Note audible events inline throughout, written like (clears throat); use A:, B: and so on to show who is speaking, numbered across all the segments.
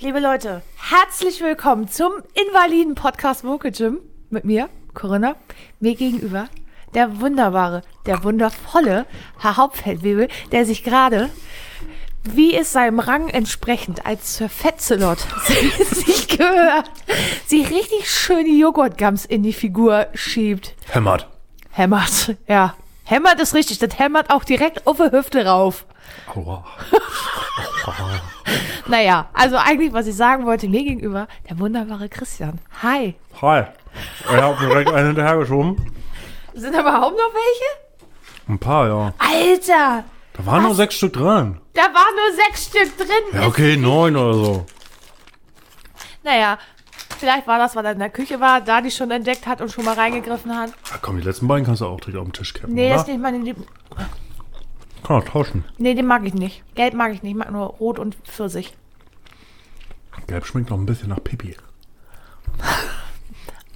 A: Liebe Leute,
B: Herzlich willkommen zum invaliden Podcast Vocal Gym mit mir, Corinna, mir gegenüber der wunderbare, der wundervolle Herr Hauptfeldwebel, der sich gerade, wie es seinem Rang entsprechend, als Sir Fetzelot (laughs) sich gehört, sich richtig schöne Joghurtgums in die Figur schiebt.
C: Hämmert.
B: Hämmert, ja. Hämmert ist richtig, das hämmert auch direkt auf die Hüfte rauf.
C: Aua.
B: Naja, also eigentlich, was ich sagen wollte, mir gegenüber, der wunderbare Christian. Hi.
C: Hi. Ich hab direkt einen hinterhergeschoben.
B: Sind da überhaupt noch welche?
C: Ein paar, ja.
B: Alter,
C: Da waren noch sechs Stück dran.
B: da waren nur sechs Stück drin.
C: Ja, okay, neun oder so.
B: Naja, vielleicht war das, weil er in der Küche war, da die schon entdeckt hat und schon mal reingegriffen hat.
C: Ja, komm, die letzten beiden kannst du auch direkt auf den Tisch kippen.
B: Nee,
C: oder?
B: das ist nicht meine Lieb
C: Kann man tauschen.
B: Nee, den mag ich nicht. Gelb mag ich nicht, ich mag nur Rot und Pfirsich.
C: Gelb schmeckt noch ein bisschen nach Pipi.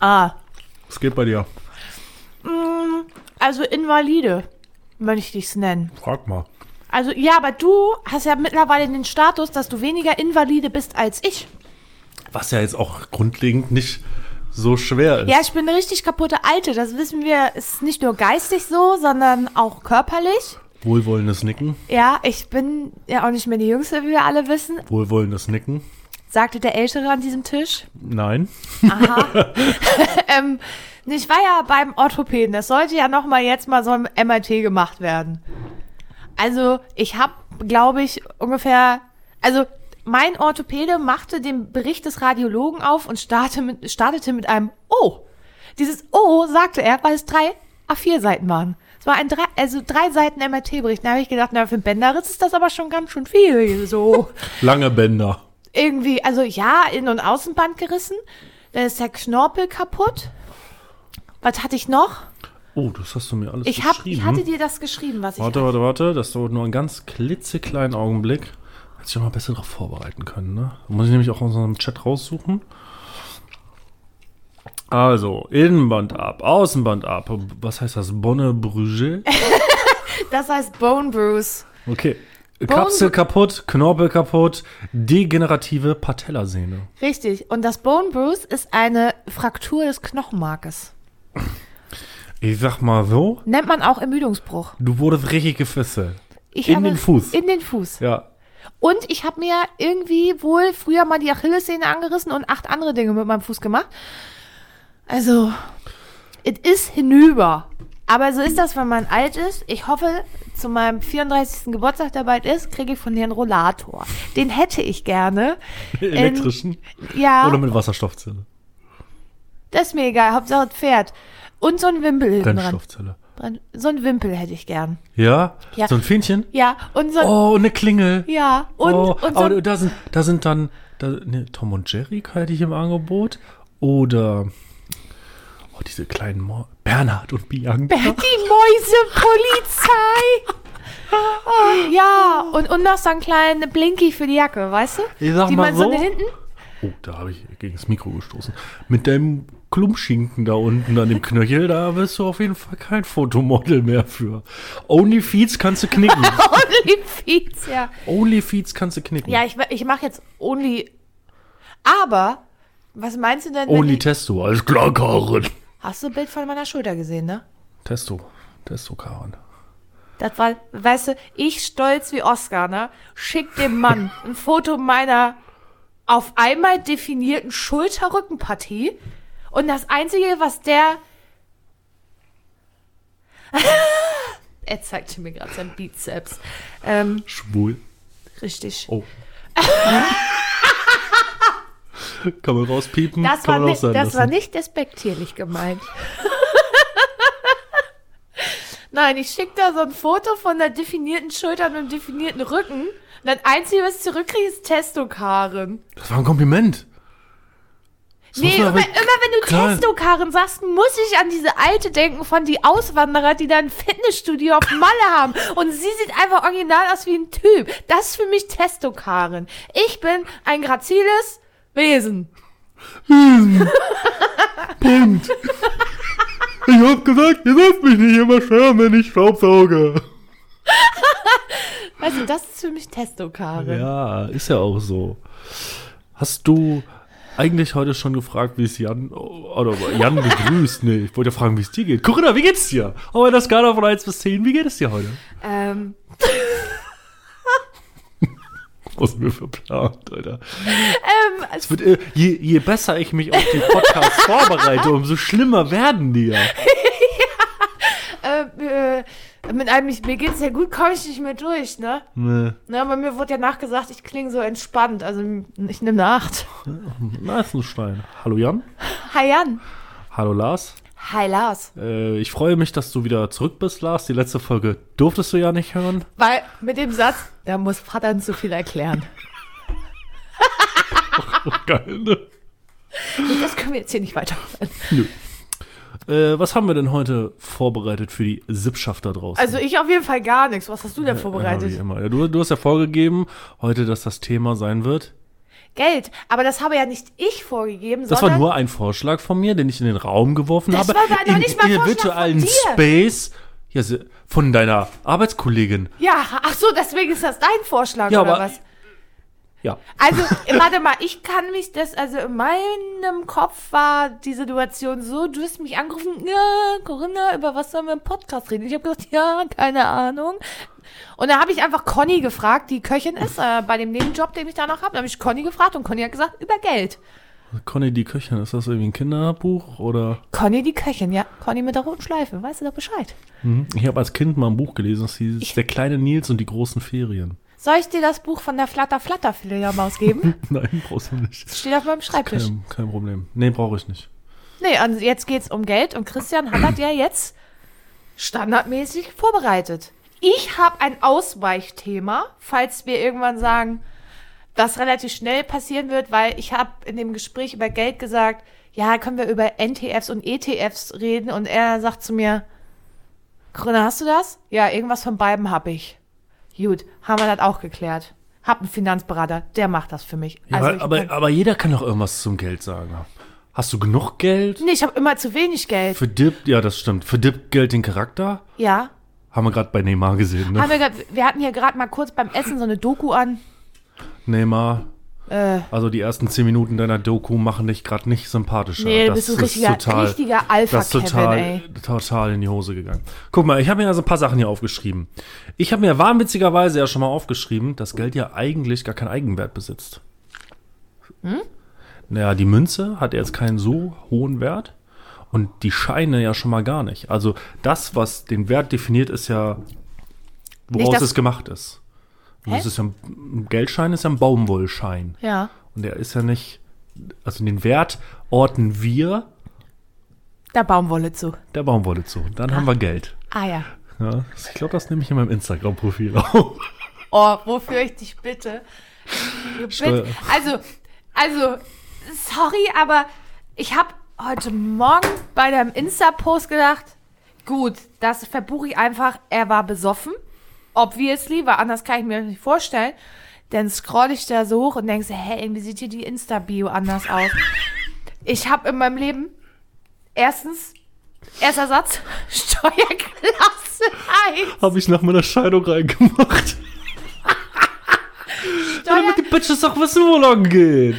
B: Ah,
C: Was geht bei dir?
B: also Invalide möchte ich es nennen.
C: Frag mal.
B: Also ja, aber du hast ja mittlerweile den Status, dass du weniger Invalide bist als ich.
C: Was ja jetzt auch grundlegend nicht so schwer ist.
B: Ja, ich bin eine richtig kaputte Alte. Das wissen wir, ist nicht nur geistig so, sondern auch körperlich.
C: Wohlwollendes Nicken.
B: Ja, ich bin ja auch nicht mehr die Jüngste, wie wir alle wissen,
C: Wohlwollendes Nicken.
B: sagte der Ältere an diesem Tisch.
C: Nein.
B: Ähm, ich war ja beim Orthopäden. Das sollte ja noch mal jetzt mal so im MRT gemacht werden. Also ich habe, glaube ich, ungefähr, also mein Orthopäde machte den Bericht des Radiologen auf und startete mit, startete mit einem Oh. Dieses Oh sagte er, weil es drei A4 Seiten waren. Es war ein drei, also drei Seiten MRT-Bericht. Da habe ich gedacht, na für einen Bänderriss ist das aber schon ganz schön viel. So.
C: Lange Bänder.
B: irgendwie, also ja, Innen- und Außenband gerissen. Dann ist der Knorpel kaputt. Was hatte ich noch?
C: Oh, das hast du mir alles
B: Ich, hab, ich
C: geschrieben.
B: hatte dir das geschrieben, was ich.
C: Warte, warte, warte. Das dauert nur einen ganz klitzekleinen Augenblick. Hätte ich doch mal besser darauf vorbereiten können, ne? Muss ich nämlich auch aus unserem Chat raussuchen. Also, Innenband ab, Außenband ab. Was heißt das? Bonne Brügge?
B: (laughs) Das heißt Bone Bruise.
C: Okay. Kapsel kaputt, Knorpel kaputt, degenerative Patellasehne.
B: Richtig. Und das Bone Bruise ist eine Fraktur des Knochenmarkes.
C: Ich sag mal so,
B: Nennt man auch Ermüdungsbruch.
C: du wurdest richtig gefesselt.
B: Ich
C: In
B: habe-
C: den Fuß.
B: In den Fuß.
C: Ja.
B: Und ich habe mir irgendwie wohl früher mal die Achillessehne angerissen und acht andere Dinge mit meinem Fuß gemacht. Also, es ist hinüber. Aber so ist das, wenn man alt ist. Ich hoffe, zu meinem 34. Geburtstag, der bald ist, kriege ich von dir einen Rollator. Den hätte ich gerne.
C: Elektrischen.
B: Ja.
C: Oder mit Wasserstoffzelle.
B: Das ist mir egal, Hauptsache das Pferd. Und so ein Wimpel hinten dran.
C: Brennstoffzelle.
B: Brenn- So ein Wimpel hätte ich gern.
C: Ja?
B: Ja. Ah.
C: So ein Fähnchen?
B: Ja, und so ein,
C: Oh, eine Klingel.
B: ja, und,
C: oh,
B: und so
C: aber
B: ein,
C: da sind, da sind dann da, ne, Tom und Jerry hätte ich im Angebot. Oder oh, diese kleinen Mo Bernhard und Bianca.
B: die
C: (laughs)
B: Mäusepolizei. oh, ja, und, und noch so ein kleiner Blinky für die Jacke, weißt du?
C: Ich sag
B: die
C: mal
B: man so
C: so.
B: nach hinten. (laughs)
C: oh, da habe ich gegen das Mikro gestoßen. Mit deinem Klumpschinken da unten an dem Knöchel, da wirst du auf jeden Fall kein Fotomodel mehr für. Only Feeds kannst du knicken.
B: (laughs) Only Feeds, ja.
C: Only Feeds kannst du knicken.
B: Ja, ich, ich mache jetzt Only. Aber, was meinst du denn? wenn
C: Only
B: ich,
C: Testo, alles klar, Karen.
B: hast du ein Bild von meiner Schulter gesehen, ne?
C: Testo, Testo, Karen.
B: Das war, weißt du, ich stolz wie Oscar, ne? Schick dem Mann ein Foto meiner auf einmal definierten Schulterrückenpartie. Und das Einzige, was der. (laughs) er zeigte mir gerade sein Bizeps. Ähm,
C: Schwul.
B: richtig.
C: Oh. (laughs) kann man rauspiepen?
B: Das, war,
C: kann man auch
B: nicht,
C: sein
B: das war
C: lassen.
B: nicht despektierlich gemeint. (laughs) Nein, ich schicke da so ein Foto von der definierten Schulter und einem definierten Rücken. Und das Einzige, was ich zurückkriege, ist Testokaren.
C: Das war ein Kompliment. Das
B: Nee,
C: muss
B: immer,
C: man
B: immer
C: aber-
B: wenn du
C: Klar.
B: Testokaren sagst, muss ich an diese Alte denken von die Auswanderer, die da ein Fitnessstudio auf Malle haben. Und sie sieht einfach original aus wie ein Typ. Das ist für mich Testokaren. Ich bin ein graziles Wesen.
C: Hm.
B: (laughs)
C: Punkt. Ich hab gesagt, ihr dürft mich nicht immer stören, wenn ich staubsauge.
B: Also das ist für mich Testokaren.
C: Ja, ist ja auch so. Hast du eigentlich heute schon gefragt, wie es Jan, oder Jan begrüßt? Nee, ich wollte ja fragen, wie es dir geht. Corinna, wie geht's dir? Auf einer Skala von 1 bis 10, wie geht es dir heute?
B: Ähm,
C: Was mir verplant, Alter.
B: ähm,
C: Es wird, äh, je, je besser ich mich auf die (laughs) Podcasts vorbereite, umso schlimmer werden die ja.
B: äh, äh, mit einem, ich, mir geht's ja gut, komme ich nicht mehr durch, ne?
C: Nee.
B: Na, bei mir wurde ja nachgesagt, ich klinge so entspannt, also ich nehme eine Acht.
C: Eisenstein. Hallo Jan.
B: Hi Jan.
C: Hallo Lars.
B: Hi Lars.
C: Äh, ich freue mich, dass du wieder zurück bist, Lars. Die letzte Folge durftest du ja nicht hören.
B: Weil mit dem Satz, da muss Vater nicht so viel erklären.
C: Geil, ne?
B: Das können wir jetzt hier nicht weiter.
C: Äh, was haben wir denn heute vorbereitet für die Sippschaft da draußen?
B: Also ich auf jeden Fall gar nichts. Was hast du denn
C: Ja, wie
B: vorbereitet?
C: immer. Ja, du, du hast ja vorgegeben heute, dass das Thema sein wird.
B: Geld. Aber das habe ja nicht ich vorgegeben,
C: Das war
B: sondern
C: nur ein Vorschlag von mir, den ich in den Raum geworfen
B: Das
C: habe.
B: war aber noch
C: in,
B: nicht mal
C: in den
B: Vorschlag
C: virtuellen
B: von
C: Space ja, se- von deiner Arbeitskollegin.
B: ja, ach so, deswegen ist das dein Vorschlag
C: Ja,
B: oder
C: aber-
B: was?
C: Ja.
B: Also, warte mal, ich kann mich das, also in meinem Kopf war die Situation so, du hast mich angerufen, ja, Corinna, über was sollen wir im Podcast reden? Ich habe gesagt, ja, keine Ahnung. Und da habe ich einfach Conny gefragt, die Köchin ist, äh, bei dem Nebenjob, den ich da noch habe, da habe ich Conny gefragt und Conny hat gesagt, über Geld.
C: Conny die Köchin, ist das irgendwie ein Kinderbuch oder?
B: Conny die Köchin, ja, Conny mit der roten Schleife, weißt du doch Bescheid.
C: Ich habe als Kind mal ein Buch gelesen, das hieß Der kleine Nils und die großen Ferien.
B: Soll ich dir das Buch von der Flatter Flatter Fledermaus
C: (laughs)
B: geben?
C: (laughs) Nein, brauchst du nicht.
B: Steht auf meinem Schreibtisch.
C: Kein, kein Problem. Nee, brauche ich nicht.
B: Nee, also jetzt geht's um Geld und Christian hat das ja jetzt standardmäßig vorbereitet. Ich habe ein Ausweichthema, falls wir irgendwann sagen, das relativ schnell passieren wird, weil ich habe in dem Gespräch über Geld gesagt, ja, können wir über NTFs und ETFs reden und er sagt zu mir, Corinna, hast du das? Ja, irgendwas von beiden habe ich. Gut, haben wir das auch geklärt. Hab einen Finanzberater, der macht das für mich. Also
C: Ja,
B: ich-
C: aber, aber, aber jeder kann doch irgendwas zum Geld sagen. Hast du genug Geld?
B: nee, ich habe immer zu wenig Geld.
C: Verdirbt, ja, das stimmt. Verdirbt Geld den Charakter?
B: Ja.
C: Haben wir gerade bei Neymar gesehen, ne?
B: Haben wir, grad, wir hatten hier gerade mal kurz beim Essen so eine Doku an.
C: Neymar.
B: Äh,
C: Also die ersten zehn Minuten deiner Doku machen dich gerade nicht sympathischer.
B: Nee, du bist ein
C: ist
B: richtiger- richtiger Alpha
C: Das ist total,
B: Kevin,
C: total in die Hose gegangen. Guck mal, ich habe mir also ein paar Sachen hier aufgeschrieben. Ich habe mir wahnwitzigerweise ja schon mal aufgeschrieben, dass Geld ja eigentlich gar keinen Eigenwert besitzt. Hm? Naja, die Münze hat jetzt keinen so hohen Wert und die Scheine ja schon mal gar nicht. Also das, was den Wert definiert, ist ja, woraus
B: das-
C: es gemacht ist. Und
B: Hä?
C: es ist ja ein, ein Geldschein ist ja ein Baumwollschein.
B: ja.
C: Und der ist ja nicht, also den Wert orten wir
B: Da Baumwolle zu.
C: der Baumwolle zu. Dann haben wir Geld.
B: Ah ja.
C: Ja, ich glaube, das nehme ich in meinem Instagram-Profil auf. (laughs)
B: Oh, wofür ich dich bitte. bitte.
C: Steuer.
B: Also, also, sorry, aber ich habe heute Morgen bei deinem Insta-Post gedacht, gut, das verbuche ich einfach, er war besoffen. Obviously, weil anders kann ich mir das nicht vorstellen. Dann scroll ich da so hoch und denkst, hä, irgendwie sieht hier die Insta-Bio anders aus. Ich habe in meinem Leben erstens, erster Satz, (laughs) Steuerklasse 1.
C: Habe ich nach meiner Scheidung reingemacht.
B: Steuer
C: die Bitches doch wissen, wo lang geht.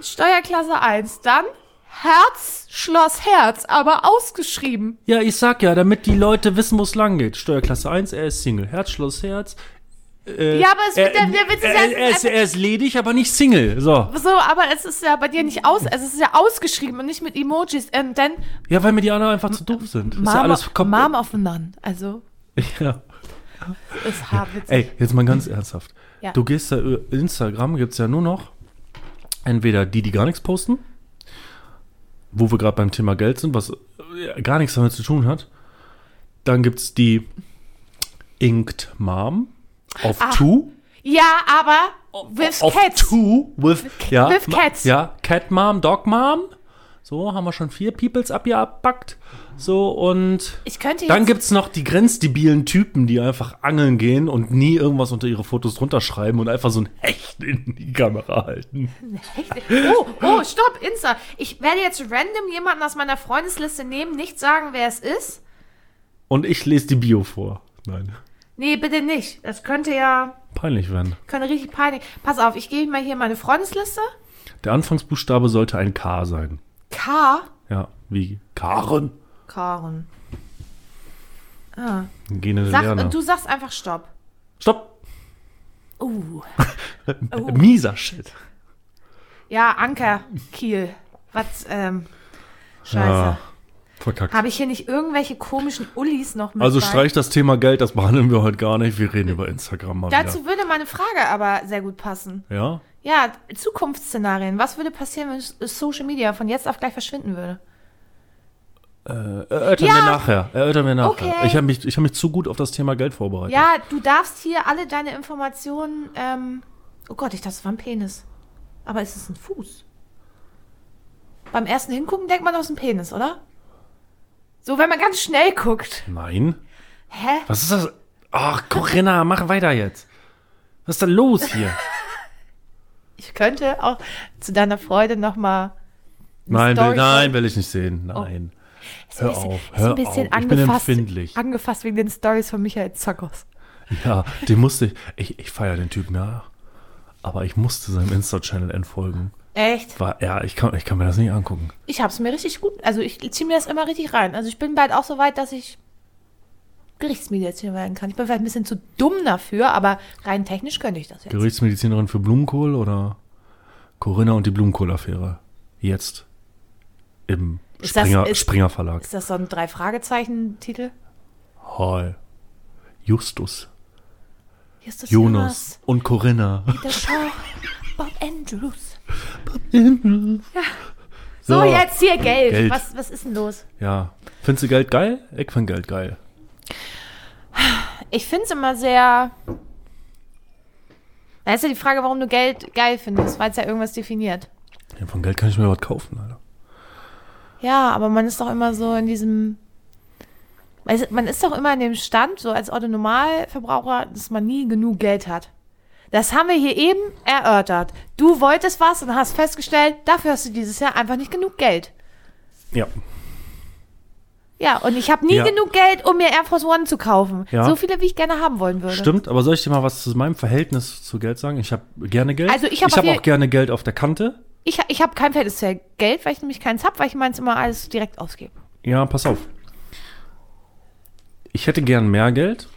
B: Steuerklasse 1, dann Herz, Schloss, Herz, aber ausgeschrieben.
C: Ja, ich sag ja, damit die Leute wissen, wo es lang geht. Steuerklasse 1, er ist Single. Herz, Schloss, Herz. Äh,
B: Ja, aber es-
C: er,
B: der- der Witz ist ja-
C: er, er, ist, er ist ledig, aber nicht Single. So.
B: So, aber es ist ja bei dir nicht aus, es ist ja ausgeschrieben und nicht mit Emojis. Und dann
C: Ja, weil mir die anderen einfach zu doof sind. ist ja
B: Mom,
C: alles kom-
B: Mom of the Nun. Also,
C: Ja.
B: ist hart witzig.
C: Ey, jetzt mal ganz ernsthaft.
B: Ja.
C: Du gehst da über Instagram, gibt's ja nur noch entweder die, die gar nichts posten, wo wir gerade beim Thema Geld sind, was äh, gar nichts damit zu tun hat. Dann gibt's die Inked Mom auf Two.
B: Ja, aber with
C: Auf
B: Ah, Cats.
C: Two with, ja,
B: with
C: ma-
B: Cats.
C: Ja, Cat Mom, Dog Mom. So haben wir schon vier Peoples abgepackt. So und
B: Ich könnte jetzt,
C: dann gibt's noch die grenzdebilen Typen, die einfach angeln gehen und nie irgendwas unter ihre Fotos drunter schreiben und einfach so ein Hecht in die Kamera halten.
B: oh, oh, stopp, Insta. Ich werde jetzt random jemanden aus meiner Freundesliste nehmen, nicht sagen, wer es ist.
C: Und ich lese die Bio vor. Nein.
B: Nee, bitte nicht. Das könnte ja,
C: Peinlich werden.
B: könnte richtig peinlich. Pass auf, ich gebe mal hier meine Freundesliste.
C: Der Anfangsbuchstabe sollte ein K sein.
B: K.
C: Ja, wie Karen.
B: Karen.
C: Gene
B: Sag,
C: Lerner.
B: und du sagst einfach Stopp.
C: Stopp! Äh,
B: Uh. Oh.
C: Mieser Shit.
B: Ja, Anker, Kiel. Was, ähm, Scheiße.
C: Ja, Ah, verkackt.
B: Habe ich hier nicht irgendwelche komischen Ullis noch mit
C: Also
B: bei?
C: streich das Thema Geld, das behandeln wir heute gar nicht. Wir reden über Instagram mal
B: Dazu würde meine Frage aber sehr gut passen.
C: wieder.
B: Ja,
C: Ja?
B: Zukunftsszenarien. Was würde passieren, wenn S- Social Media von jetzt auf gleich verschwinden würde?
C: Erörtern
B: Ja.
C: wir nachher. Erörtern wir nachher.
B: Okay.
C: Ich habe mich, ich hab mich zu gut auf das Thema Geld vorbereitet.
B: Ja, du darfst hier alle deine Informationen. Ähm, oh Gott, ich dachte, es war ein Penis. Aber ist es ein Fuß? Beim ersten Hingucken denkt man, das ist ein Penis, oder? So, wenn man ganz schnell guckt.
C: Nein?
B: Hä?
C: Was ist das? Ach, Corinna, mach weiter jetzt. Was ist denn los
B: (laughs)
C: hier?
B: Ich könnte auch zu deiner Freude nochmal.
C: nein, will,
B: Story- Oh.
C: nein, will ich nicht sehen. Nein. Hör auf, hör auf. Ich bin empfindlich.
B: Angefasst wegen den Stories von Michael Zackos.
C: Ja, den musste ich. Ich, ich feiere den Typen nach. Aber ich musste seinem Insta-Channel entfolgen.
B: Echt?
C: War, ja, ich kann, ich kann mir das nicht angucken.
B: Ich hab's mir richtig gut. Also ich ziehe mir das immer richtig rein. Also ich bin bald auch so weit, dass ich Gerichtsmedizin werden kann. Ich bin vielleicht ein bisschen zu dumm dafür, aber rein technisch könnte ich das jetzt.
C: Gerichtsmedizinerin für Blumenkohl oder Corinna und die Blumenkohl-Affäre? Jetzt im
B: Ist das-
C: Springer,
B: ist-
C: Springer Verlag.
B: Ist das so ein Drei-Fragezeichen-Titel?
C: Hall. Justus,
B: Hier ist das
C: Jonas und Corinna.
B: Jonas, Peter Shaw, Bob Andrews.
C: So.
B: So, jetzt hier Geld.
C: Geld.
B: Was, was ist denn los?
C: Ja. Findest du Geld geil? Ich find Geld geil.
B: Ich find's immer sehr. Da ist ja die Frage, warum du Geld geil findest, weil es ja irgendwas definiert.
C: Ja, von Geld kann ich mir was kaufen, Alter.
B: Ja, aber man ist doch immer so in diesem. Also man ist doch immer in dem Stand, so als Autonormalverbraucher, dass man nie genug Geld hat. Das haben wir hier eben erörtert. Du wolltest was und hast festgestellt, dafür hast du dieses Jahr einfach nicht genug Geld.
C: Ja.
B: Ja, und ich habe nie
C: Ja.
B: genug Geld, um mir Air Force One zu kaufen.
C: Ja.
B: So viele, wie ich gerne haben wollen würde.
C: Stimmt, aber soll ich dir mal was zu meinem Verhältnis zu Geld sagen? Ich habe gerne Geld.
B: Also ich hab auf
C: hab
B: je-
C: auch gerne Geld auf der Kante.
B: Ich, ich habe kein Verhältnis zu Geld, weil ich nämlich keins hab, weil ich meins immer alles direkt ausgebe.
C: Ja, pass auf. Ich hätte gern mehr Geld,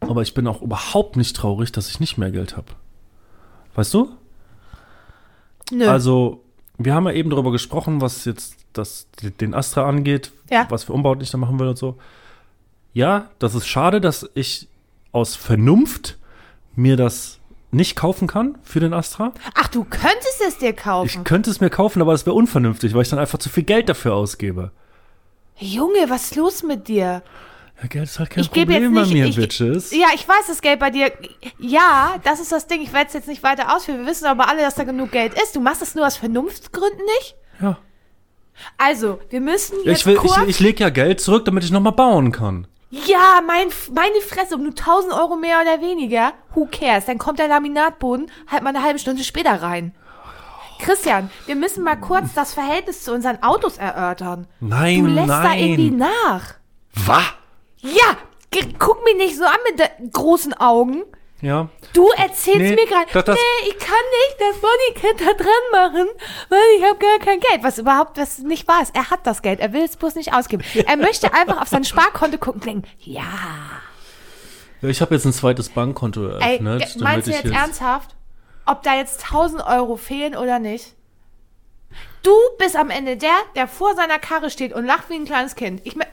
C: aber ich bin auch überhaupt nicht traurig, dass ich nicht mehr Geld habe. Weißt du?
B: Nö.
C: Also, wir haben ja eben darüber gesprochen, was jetzt das, den Astra angeht,
B: Ja.
C: was für Umbauten ich da machen will und so. Ja, das ist schade, dass ich aus Vernunft mir das nicht kaufen kann für den Astra.
B: Ach, du könntest es dir
C: Ich
B: kaufen.
C: könnte es mir kaufen, aber das wäre unvernünftig, weil ich dann einfach zu viel Geld dafür ausgebe.
B: Junge, was ist los mit dir?
C: Ja, Geld ist halt kein
B: ich gebe jetzt
C: Problem
B: nicht,
C: bei mir,
B: ich,
C: Bitches.
B: Ja, ich weiß das Geld bei dir. Ja, das ist das Ding. Ich werde es jetzt nicht weiter ausführen. Wir wissen aber alle, dass da genug Geld ist. Du machst es nur aus Vernunftgründen nicht.
C: Ja.
B: Also, wir müssen
C: Ja,
B: jetzt
C: ich, will,
B: kurz.
C: ich, ich lege ja Geld zurück, damit ich nochmal bauen kann.
B: ja, mein, meine Fresse, um nur 1000 Euro mehr oder weniger. Who cares? Dann kommt der Laminatboden halt mal eine halbe Stunde später rein. Christian, wir müssen mal kurz das Verhältnis zu unseren Autos erörtern.
C: Nein,
B: Du lässt da irgendwie
C: nein.
B: nach.
C: Was?
B: Ja, ge- guck mich nicht so an mit de- großen Augen.
C: Ja.
B: Du erzählst
C: Nee,
B: mir gerade,
C: das- das-
B: nee, ich kann nicht das Bodycat da dran machen, weil ich habe gar kein Geld. Was überhaupt was nicht wahr ist. Er hat das Geld, er will es bloß nicht ausgeben. Er möchte einfach auf sein Sparkonto gucken und denken, ja.
C: Ja, Ich habe jetzt ein zweites Bankkonto
B: Ey,
C: eröffnet.
B: ge- meinst du
C: ne, ich
B: jetzt, ernsthaft, ob da jetzt 1000 Euro fehlen oder nicht? Du bist am Ende der, der vor seiner Karre steht und lacht wie ein kleines Kind. Ich, me-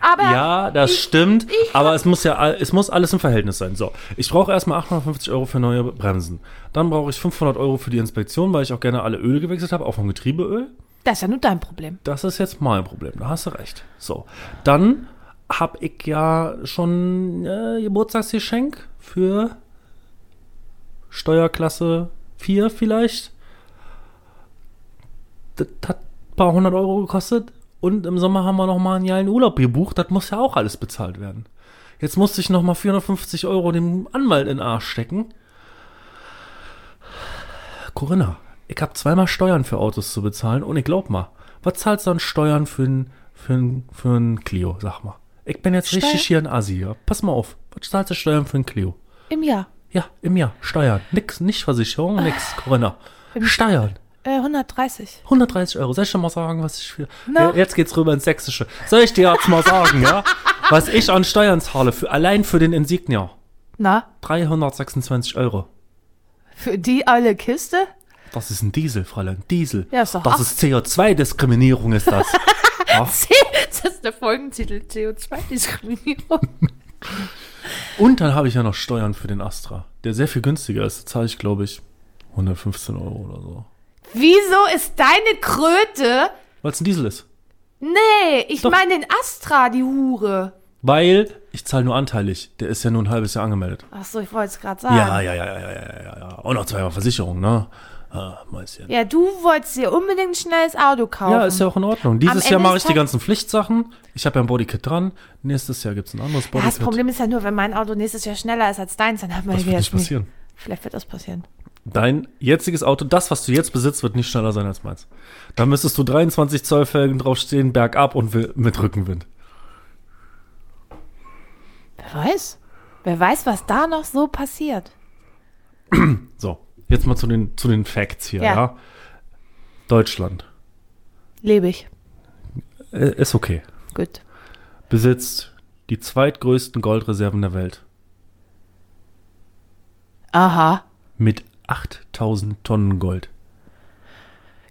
B: aber
C: Ja, das stimmt.
B: ich-
C: aber es muss ja all- es muss alles im Verhältnis sein. So, ich brauche erstmal 850 Euro für neue Bremsen. Dann brauche ich 500 Euro für die Inspektion, weil ich auch gerne alle Öle gewechselt habe, auch vom Getriebeöl.
B: das ist ja nur dein Problem.
C: Das ist jetzt mein Problem. Da hast du recht. So, dann habe ich ja schon äh, Geburtstagsgeschenk für Steuerklasse 4 vielleicht. Das hat ein paar hundert Euro gekostet. Und im Sommer haben wir noch mal einen Jahr in Urlaub gebucht. Das muss ja auch alles bezahlt werden. Jetzt musste ich noch mal 450 Euro dem Anwalt in den Arsch stecken. Corinna, ich habe zweimal Steuern für Autos zu bezahlen und ich glaub mal, was zahlst du an Steuern für ein, für ein, für ein Clio, sag mal? Ich bin jetzt
B: Steuern?
C: richtig hier in Asien. Ja. Pass mal auf, was zahlst du Steuern für ein Clio?
B: Im Jahr. Ah.
C: Ja, im Jahr, Steuern. Nix, nicht Versicherung, nix, Corinna. Steuern.
B: Äh, 130.
C: 130 Euro. Soll ich dir mal sagen, was ich für.
B: Na?
C: Ja, Jetzt geht's rüber ins Sächsische. Soll ich dir jetzt mal sagen, ja? Was ich an Steuern zahle, für, allein für den Insignia.
B: Na,
C: 326 Euro.
B: für die alle
C: (laughs)
B: Kiste?
C: Das ist ein Diesel, Fräulein. Diesel.
B: Ja, ist doch
C: das
B: acht.
C: ist CO2-Diskriminierung, ist das. ja.
B: das ist der Folgentitel CO2-Diskriminierung.
C: Und dann habe ich ja noch Steuern für den Astra, der sehr viel günstiger ist. Da zahle ich, glaube ich, 115 Euro oder so.
B: Wieso ist deine Kröte?
C: Weil es ein Diesel ist.
B: Nee, ich
C: Doch.
B: meine den Astra, die Hure.
C: Weil ich zahle nur anteilig. Der ist ja nur ein halbes Jahr angemeldet.
B: Ach so, ich wollte es gerade sagen.
C: Ja, ja, ja, ja, ja, ja, ja, ja. Und noch zweimal Versicherung, ne? Ah, Mäuschen.
B: Ja, du wolltest dir unbedingt ein schnelles Auto kaufen.
C: Ja, ist ja auch in Ordnung. Dieses
B: Ende
C: Jahr mache
B: des
C: ich die
B: Tages-
C: ganzen Pflichtsachen. Ich habe ja ein Bodykit dran. Nächstes Jahr gibt es ein anderes
B: Ja, das
C: Bodykit.
B: Problem ist ja nur, wenn mein Auto nächstes Jahr schneller ist als deins, dann haben wir
C: das
B: hier
C: wird
B: jetzt
C: nicht passieren.
B: Vielleicht wird das passieren.
C: Dein jetziges Auto, das, was du jetzt besitzt, wird nicht schneller sein als meins. Da müsstest du 23 Zoll Felgen draufstehen, bergab und wi- mit Rückenwind.
B: Wer weiß? Wer weiß, was da noch so passiert?
C: So, jetzt mal zu den, zu den Facts hier, ja.
B: Ja.
C: Deutschland
B: Lebe ich.
C: äh, ist okay.
B: Gut.
C: Besitzt die zweitgrößten Goldreserven der Welt
B: Aha.
C: mit 8000 Tonnen Gold.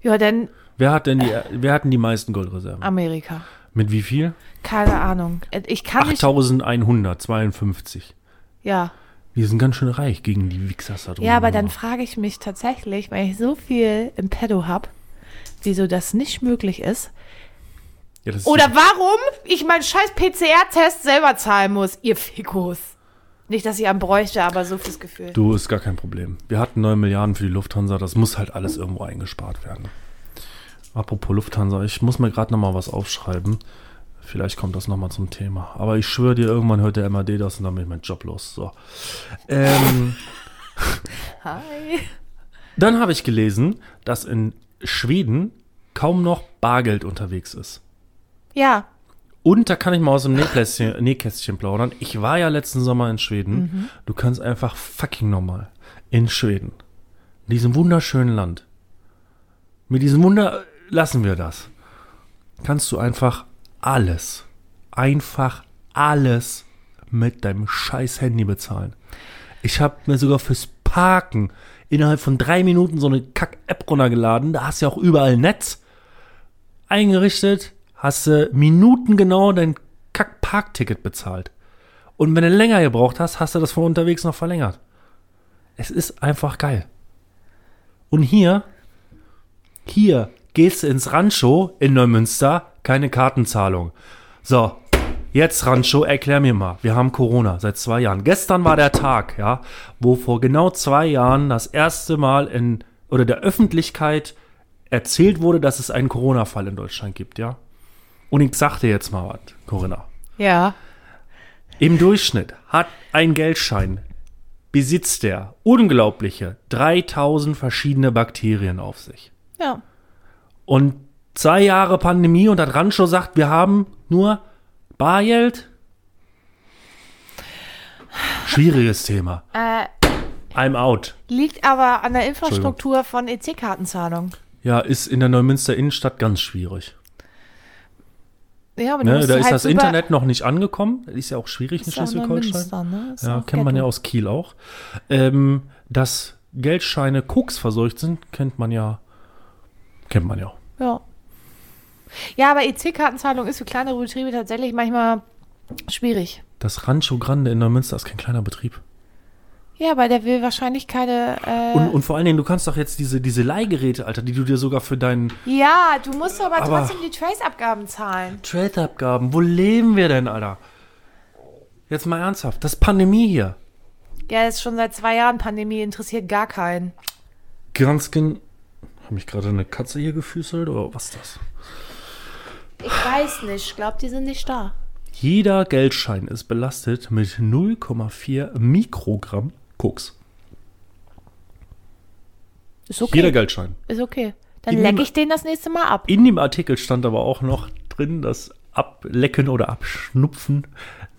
B: Ja, denn
C: Wer hat denn die, wer hatten die meisten Goldreserven?
B: Amerika.
C: Mit wie viel?
B: Keine Ahnung. Ich kann nicht.
C: 8152.
B: Ja.
C: Wir sind ganz schön reich gegen die Wichsers da drüben.
B: Ja, aber dann frage ich mich tatsächlich, weil ich so viel im Pedo habe, wieso das nicht möglich ist.
C: Ja, das ist
B: Oder warum ich meinen scheiß PCR-Test selber zahlen muss, ihr Fickos. Nicht, dass ich einen bräuchte, aber so fürs Gefühl.
C: Du, ist gar kein Problem. Wir hatten 9 Milliarden für die Lufthansa, das muss halt alles irgendwo eingespart werden. Apropos Lufthansa, ich muss mir gerade nochmal was aufschreiben. Vielleicht kommt das nochmal zum Thema. Aber ich schwöre dir, irgendwann hört der MAD das und dann bin ich mein Job los. So. Ähm,
B: Hi.
C: dann habe ich gelesen, dass in Schweden kaum noch Bargeld unterwegs ist.
B: Ja,
C: Und da kann ich mal aus dem Nähkästchen, Nähkästchen plaudern. Ich war ja letzten Sommer in Schweden. Du kannst einfach fucking normal in Schweden, in diesem wunderschönen Land, mit diesem Wunder lassen wir das. Kannst du einfach alles, einfach alles mit deinem scheiß Handy bezahlen. Ich habe mir sogar fürs Parken innerhalb von drei Minuten so eine Kack-App runtergeladen. Da hast du ja auch überall Netz eingerichtet, hast du minutengenau dein Kack-Parkticket bezahlt. Und wenn du länger gebraucht hast, hast du das von unterwegs noch verlängert. Es ist einfach geil. Und hier, hier gehst du ins Rancho in Neumünster, keine Kartenzahlung. So, jetzt Rancho, erklär mir mal. Wir haben Corona seit zwei Jahren. Gestern war der Tag, ja, wo vor genau zwei Jahren das erste Mal in oder der Öffentlichkeit erzählt wurde, dass es einen Corona-Fall in Deutschland gibt, ja. Und ich sag dir jetzt mal was, Corinna.
B: ja.
C: Im Durchschnitt hat ein Geldschein, besitzt der unglaubliche 3000 verschiedene Bakterien auf sich.
B: Ja.
C: Und zwei Jahre Pandemie und das Rancho sagt, wir haben nur Bargeld. Schwieriges Thema.
B: Äh,
C: I'm out.
B: liegt aber an der Infrastruktur von E EC-Kartenzahlung.
C: Ja, ist in der Neumünster Innenstadt ganz schwierig.
B: Ja, aber du
C: Ne,
B: musst
C: da ist
B: halt
C: das
B: über-
C: Internet noch nicht angekommen. Ist ja auch schwierig in
B: Ist ja auch Neumünster,
C: Schleswig-Holstein.
B: ne? Ist
C: Ja,
B: auch
C: kennt man ja
B: Ghetto.
C: aus Kiel auch. Ähm, dass Geldscheine Koks verseucht sind, kennt man ja. Kennt man ja.
B: Ja. Ja, aber EC-Kartenzahlung ist für kleinere Betriebe tatsächlich manchmal schwierig.
C: Das Rancho Grande in Neumünster ist kein kleiner Betrieb.
B: Ja, weil der will wahrscheinlich keine. Äh,
C: Und, und vor allen Dingen, du kannst doch jetzt diese, diese Leihgeräte, Alter, die du dir sogar für deinen
B: ja, du musst aber,
C: Aber-
B: trotzdem die Trace-Abgaben zahlen.
C: Trade-Abgaben, wo leben wir denn, Alter? Jetzt mal ernsthaft, das ist Pandemie hier.
B: Ja, ist schon seit zwei Jahren Pandemie, interessiert gar keinen.
C: Ganz gen... Habe ich gerade eine Katze hier gefüßelt oder was ist das?
B: Ich weiß nicht, ich glaube, die sind nicht da.
C: Jeder Geldschein ist belastet mit 0,4 Mikrogramm Koks.
B: Ist okay.
C: Jeder Geldschein.
B: ist okay. Dann
C: Ich
B: leck
C: nehme-
B: ich den das nächste Mal ab.
C: In dem Artikel stand aber auch noch drin, dass Ablecken oder Abschnupfen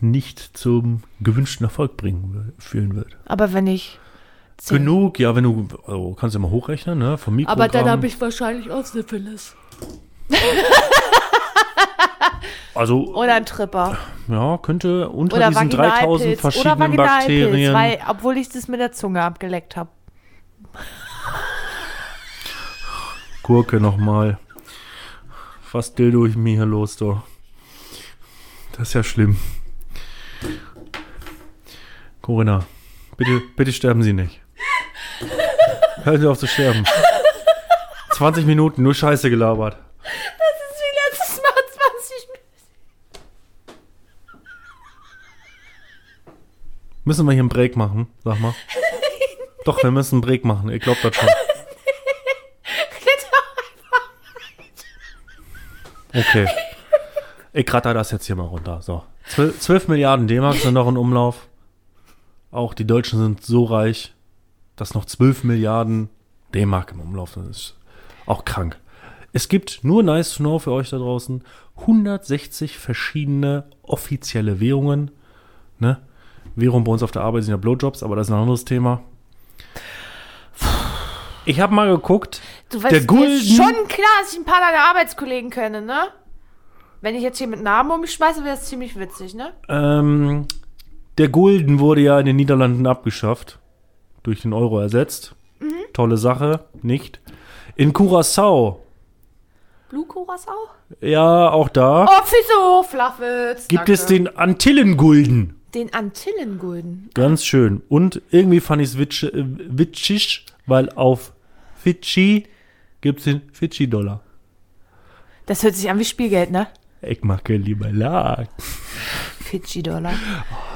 C: nicht zum gewünschten Erfolg bringen wi- führen wird.
B: Aber wenn ich 10.
C: Genug, ja, wenn du, also kannst ja mal hochrechnen, ne? Vom Mikrogramm.
A: Aber dann habe ich wahrscheinlich auch Syphilis.
C: Also,
B: Oder ein Tripper.
C: ja, könnte unter
B: Oder
C: diesen 3000
B: Vaginalpilz. Oder
C: verschiedenen
B: Vaginalpilz,
C: Bakterien.
B: weil, obwohl ich das mit der Zunge abgeleckt habe.
C: Gurke nochmal. Fast Dildo ich mir hier los, doch. Das ist ja schlimm. Corinna, bitte, bitte sterben Sie nicht. Hören Sie auf zu sterben. 20 Minuten, nur Scheiße gelabert.
B: Das ist wie (laughs) letztes Mal 20 Minuten.
C: Müssen wir hier einen Break machen? Sag mal. Doch, wir müssen einen Break machen. Ihr glaubt das schon. Okay. Ich kratter das jetzt hier mal runter. So. 12, 12 Milliarden D-Mark sind noch in Umlauf. Auch die Deutschen sind so reich, dass noch 12 Milliarden D-Mark im Umlauf sind. Das ist auch krank. Es gibt nur nice to know für euch da draußen 160 verschiedene offizielle Währungen. Ne? Währung bei uns auf der Arbeit sind ja Blowjobs, aber das ist ein anderes Thema. Ich habe mal geguckt,
B: Du
C: Der
B: weißt, mir
C: Gulden-
B: ist schon klar, dass ich ein paar deiner Arbeitskollegen kenne, ne? Wenn ich jetzt hier mit Namen um mich schmeiße, wäre das ziemlich witzig, ne?
C: Ähm, der Gulden wurde ja in den Niederlanden abgeschafft. Durch den Euro ersetzt.
B: Mhm.
C: Tolle Sache, nicht? In Curacao,
B: Blue Curaçao?
C: ja, auch da,
B: Oh, Füße hoch, Flachwitz.
C: gibt
B: danke.
C: es den Antillengulden.
B: Den Antillengulden.
C: Ganz schön. Und irgendwie fand ich es witzig, weil auf Fidschi gibt es den Fidschi-Dollar.
B: Das hört sich an wie Spielgeld, ne?
C: Ich mag ja lieber Lag.
B: Fidschi-Dollar.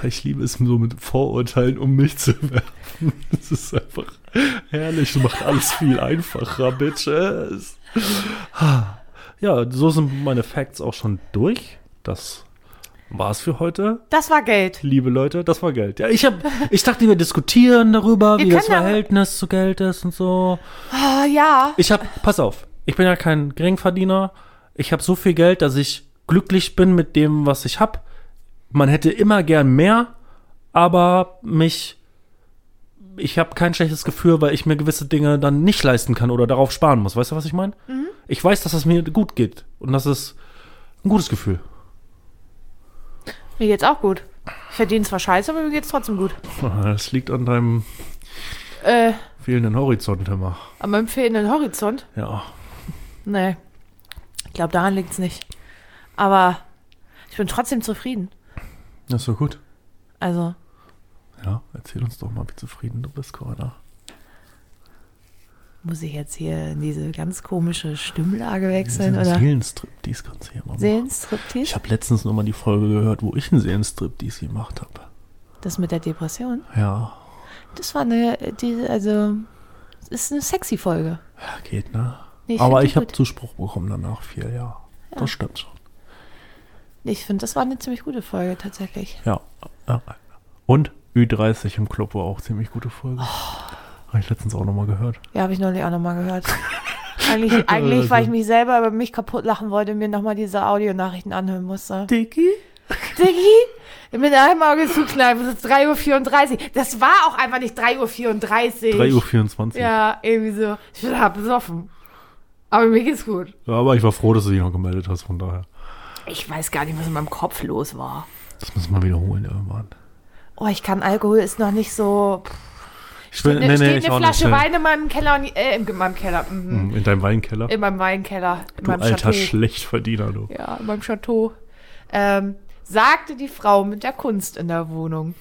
C: Ich liebe es, so mit Vorurteilen um mich zu werfen. (laughs) Das ist einfach herrlich und macht alles viel einfacher, Bitches. Ja, so sind meine Facts auch schon durch. Das war's für heute,
B: Das war Geld.
C: liebe Leute. Das war Geld. Ja, ich, hab, ich dachte, wir diskutieren darüber,
B: Wir
C: wie das
B: können aber-
C: Verhältnis zu Geld ist und so.
B: Ah, ja.
C: Ich habe, pass auf, ich bin ja kein Geringverdiener. Ich habe so viel Geld, dass ich glücklich bin mit dem, was ich habe. Man hätte immer gern mehr, aber mich, ich habe kein schlechtes Gefühl, weil ich mir gewisse Dinge dann nicht leisten kann oder darauf sparen muss. Weißt du, was ich meine? Ich weiß, dass es mir gut geht und das ist ein gutes (laughs) Gefühl.
B: Mir geht's auch gut. Ich verdiene zwar scheiße, aber mir geht's trotzdem gut.
C: Das liegt an deinem
B: Äh,
C: fehlenden Horizont immer.
B: an meinem fehlenden Horizont?
C: Ja.
B: Nee. Ich glaube, daran liegt's nicht. Aber ich bin trotzdem zufrieden.
C: Das ist doch gut.
B: Also,
C: Ja, erzähl uns doch mal, wie zufrieden du bist, Corinna.
B: muss ich jetzt hier in diese ganz komische Stimmlage wechseln oder
C: Seelenstriptease kannst du hier mal machen. Ich
B: Seelenstriptease?
C: habe letztens nochmal die Folge gehört, wo ich einen Seelenstriptease gemacht habe.
B: Das mit der Depression?
C: Ja,
B: Das war eine, äh, die, also, es ist eine sexy Folge.
C: ja, geht, ne?
B: Nee, ich
C: Aber
B: find die
C: ich habe
B: gut.
C: Zuspruch bekommen danach viel, ja. Das stimmt schon.
B: Ich finde, das war eine ziemlich gute Folge tatsächlich.
C: Ja. ja. Und Ü30 im Club war auch ziemlich gute Folge. Habe ich letztens auch nochmal gehört.
B: Ja, habe ich neulich auch nochmal gehört.
C: (laughs)
B: Eigentlich, eigentlich, weil ich mich selber über mich kaputt lachen wollte, mir nochmal diese Audionachrichten anhören musste.
C: Dicky?
B: Diggi, mit einem Auge zukneifen, es ist 3.34 Uhr. Das war auch einfach nicht 3.34 Uhr.
C: 3.24 Uhr.
B: Ja, irgendwie so. Ich bin hart besoffen. Aber mir geht's gut.
C: Aber ich war froh, dass du dich noch gemeldet hast, von daher.
B: Ich weiß gar nicht, was in meinem Kopf los war.
C: Das müssen wir wiederholen irgendwann.
B: Oh, ich kann, Alkohol ist noch nicht so...
C: Ich will,
B: Ne, steht eine
C: auch
B: Flasche
C: nicht.
B: Wein in meinem Keller, und, äh, in meinem Keller, mhm.
C: In deinem Weinkeller?
B: in meinem Weinkeller, in
C: Du
B: meinem
C: alter
B: Chateau.
C: Schlechtverdiener, du.
B: Ja, in meinem Chateau. Ähm, sagte die Frau mit der Kunst in der Wohnung.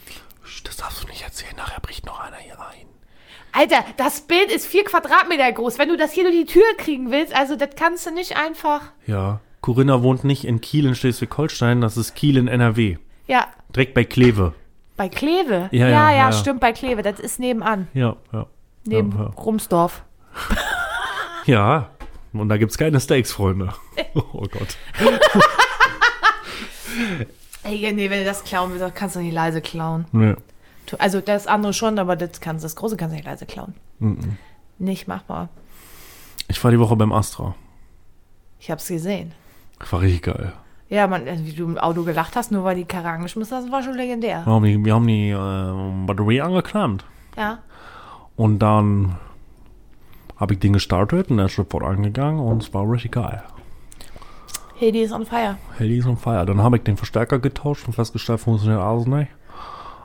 C: Das darfst du nicht erzählen, nachher bricht noch einer hier ein.
B: Alter, das Bild ist vier Quadratmeter groß. Wenn du das hier durch die Tür kriegen willst, also das kannst du nicht einfach.
C: Ja. Corinna wohnt nicht in Kiel in Schleswig-Holstein, das ist Kiel in NRW.
B: Ja,
C: Direkt bei Kleve.
B: bei Kleve.
C: Ja, ja,
B: ja,
C: ja, ja.
B: stimmt, bei Kleve. Das ist nebenan.
C: Ja, ja.
B: Neben
C: Ja,
B: Rumsdorf.
C: ja. ja. Und da gibt's keine Steaks, Freunde.
B: (laughs)
C: Oh Gott.
B: Ey, nee, wenn du das klauen willst, das kannst du nicht leise klauen.
C: Nee.
B: Tu- Also das andere schon, aber das kannst das große kannst du nicht leise klauen.
C: Mhm.
B: Nicht machbar.
C: Ich war die Woche beim Astra.
B: Ich hab's gesehen.
C: War richtig geil.
B: Ja, man, also wie du im Auto gelacht hast, nur weil die Karagen geschmissen hast, war schon legendär.
C: Wir haben die, wir haben die äh, Batterie angeklemmt.
B: Ja.
C: Und dann habe ich den gestartet und er ist sofort angegangen und es war richtig geil.
B: Hedy ist on fire.
C: Handy ist on fire. Dann habe ich den Verstärker getauscht und festgestellt, funktioniert alles nicht.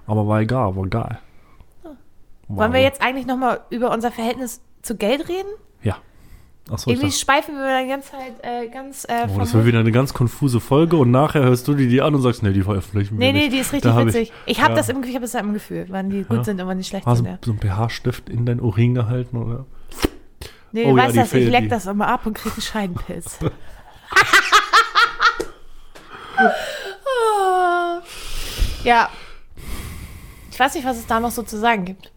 C: Aber war egal, war geil.
B: Wollen wir
C: aber-
B: jetzt eigentlich nochmal über unser Verhältnis zu Geld reden?
C: Ja. Achso, ich
B: Irgendwie
C: dachte,
B: schweifen wir die ganze Zeit äh, ganz äh,
C: oh,
B: vom
C: das wird wieder eine ganz konfuse Folge und nachher hörst du dir die an und sagst, nee, die veröffentlichen wir
B: Nee, nee,
C: nicht.
B: die ist richtig
C: hab
B: witzig. Ich, habe
C: ja.
B: das im, ich hab das ja im Gefühl, wann die gut
C: Ja.
B: sind und wann die schlecht
C: Hast
B: sind.
C: du
B: Ja.
C: so einen pH-Stift in dein Urin gehalten, oder?
B: Nee,
C: Oh
B: du
C: ja,
B: weißt
C: die
B: das, ich
C: fehlt
B: leck
C: die.
B: das immer ab und krieg einen
C: (laughs)
B: Scheidenpilz. Ah. ja. Ich weiß nicht, was es da noch so zu sagen gibt.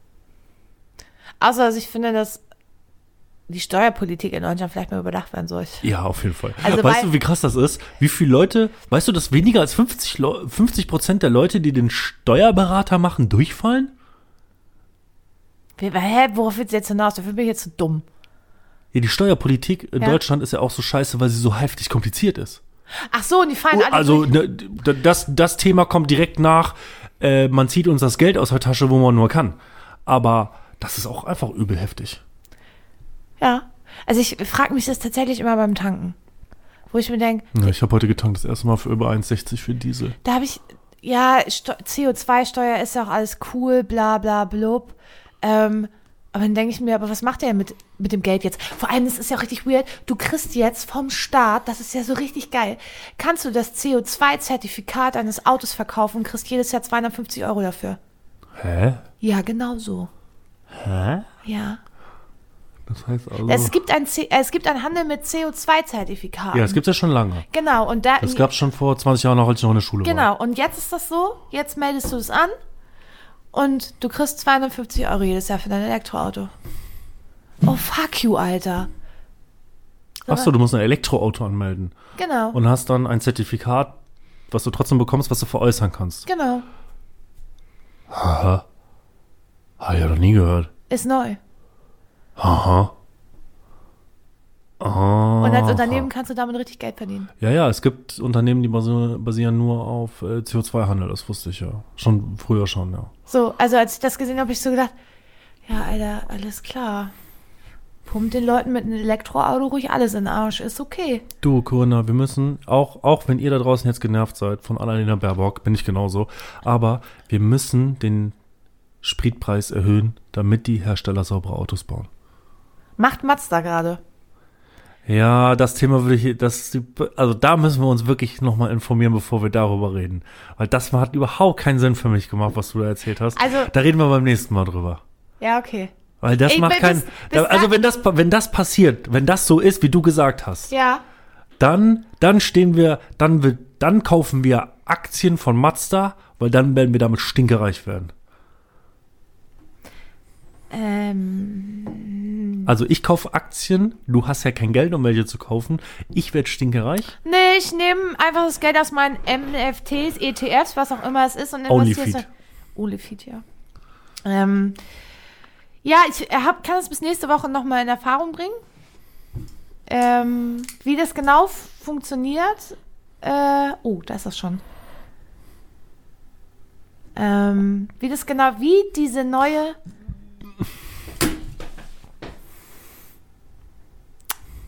B: Außer, dass ich finde, dass die Steuerpolitik in Deutschland vielleicht mal überdacht werden sollte.
C: Ja, auf jeden Fall.
B: Also
C: weißt
B: weil-
C: du, wie krass das ist? Wie viele Leute, weißt du, dass weniger als 50 Leu- 50 Prozent der Leute, die den Steuerberater machen, durchfallen?
B: Wie- Hä, worauf willst du jetzt hinaus? Dafür bin ich jetzt zu dumm.
C: Ja, die Steuerpolitik in
B: Ja.
C: Deutschland ist ja auch so scheiße, weil sie so heftig kompliziert ist.
B: Ach so, und die fallen alle
C: also
B: durch.
C: ne, d- das, das Thema kommt direkt nach, äh, man zieht uns das Geld aus der Tasche, wo man nur kann. Aber das ist auch einfach übel heftig.
B: Ja. Also ich frage mich das tatsächlich immer beim Tanken. Wo ich mir denke,
C: Ja, ich habe heute getankt, das erste Mal für über 1,60 für Diesel.
B: Da habe ich, ja, Sto- CO2-Steuer ist ja auch alles cool, bla bla blub. Ähm, aber dann denke ich mir, aber was macht der denn mit, mit dem Geld jetzt? Vor allem, das ist ja auch richtig weird. Du kriegst jetzt vom Staat, das ist ja so richtig geil, kannst du das CO2-Zertifikat eines Autos verkaufen und kriegst jedes Jahr 250 Euro dafür.
C: Hä?
B: Ja, genau so.
C: Hä?
B: Ja.
C: Das heißt also.
B: Es, gibt ein C äh, es gibt einen Handel mit CO2-Zertifikaten.
C: ja, es gibt's ja schon lange.
B: Genau, und da.
C: Das gab's schon vor 20 Jahren, noch, als ich noch in der Schule war.
B: Genau, und jetzt ist das so, jetzt meldest du es an und du kriegst 250 Euro jedes Jahr für dein Elektroauto. Oh, fuck you, Alter.
C: Achso, du musst ein Elektroauto anmelden
B: Genau,
C: und hast dann ein Zertifikat, was du trotzdem bekommst, was du veräußern kannst.
B: genau.
C: Aha. Habe Ah, ich ja noch nie gehört.
B: Ist neu.
C: Aha. Ah.
B: Und als Unternehmen kannst du damit richtig Geld verdienen.
C: Ja, ja, es gibt Unternehmen, die basi- basieren nur auf äh, CO2-Handel, das wusste ich ja. Schon früher schon, ja.
B: So, also als ich das gesehen habe, habe ich so gedacht, ja, Alter, alles klar. Pumpt den Leuten mit einem Elektroauto ruhig alles in den Arsch, ist okay.
C: Du, Corinna, wir müssen, auch, auch wenn ihr da draußen jetzt genervt seid von Annalena Baerbock, bin ich genauso, aber wir müssen den Spritpreis erhöhen, damit die Hersteller saubere Autos bauen.
B: Macht Mazda gerade.
C: Ja, das Thema würde ich, das, also da müssen wir uns wirklich nochmal informieren, bevor wir darüber reden. Weil das hat überhaupt keinen Sinn für mich gemacht, was du da erzählt hast.
B: Also-
C: da reden wir beim nächsten Mal drüber.
B: Ja, okay.
C: Weil das
B: Ey,
C: macht
B: bis-
C: keinen.
B: bis
C: da- also
B: dann-
C: wenn das, pa- wenn das passiert, wenn das so ist, wie du gesagt hast,
B: Ja,
C: dann, dann stehen wir, dann wird, dann kaufen wir Aktien von Mazda, weil dann werden wir damit stinkereich werden.
B: ähm,
C: Also ich kaufe Aktien, du hast ja kein Geld, um welche zu kaufen. Ich werde stinkereich.
B: Nee, ich nehme einfach das Geld aus meinen NFTs, ETFs, E was auch immer es ist und investiere es.
C: Onlyfeed.
B: Olifit, ja. Ähm, ja, ich äh, hab, kann es bis nächste Woche nochmal in Erfahrung bringen. Ähm, wie das genau f- funktioniert. Äh, oh, da ist das schon. Ähm, wie das genau, wie diese neue.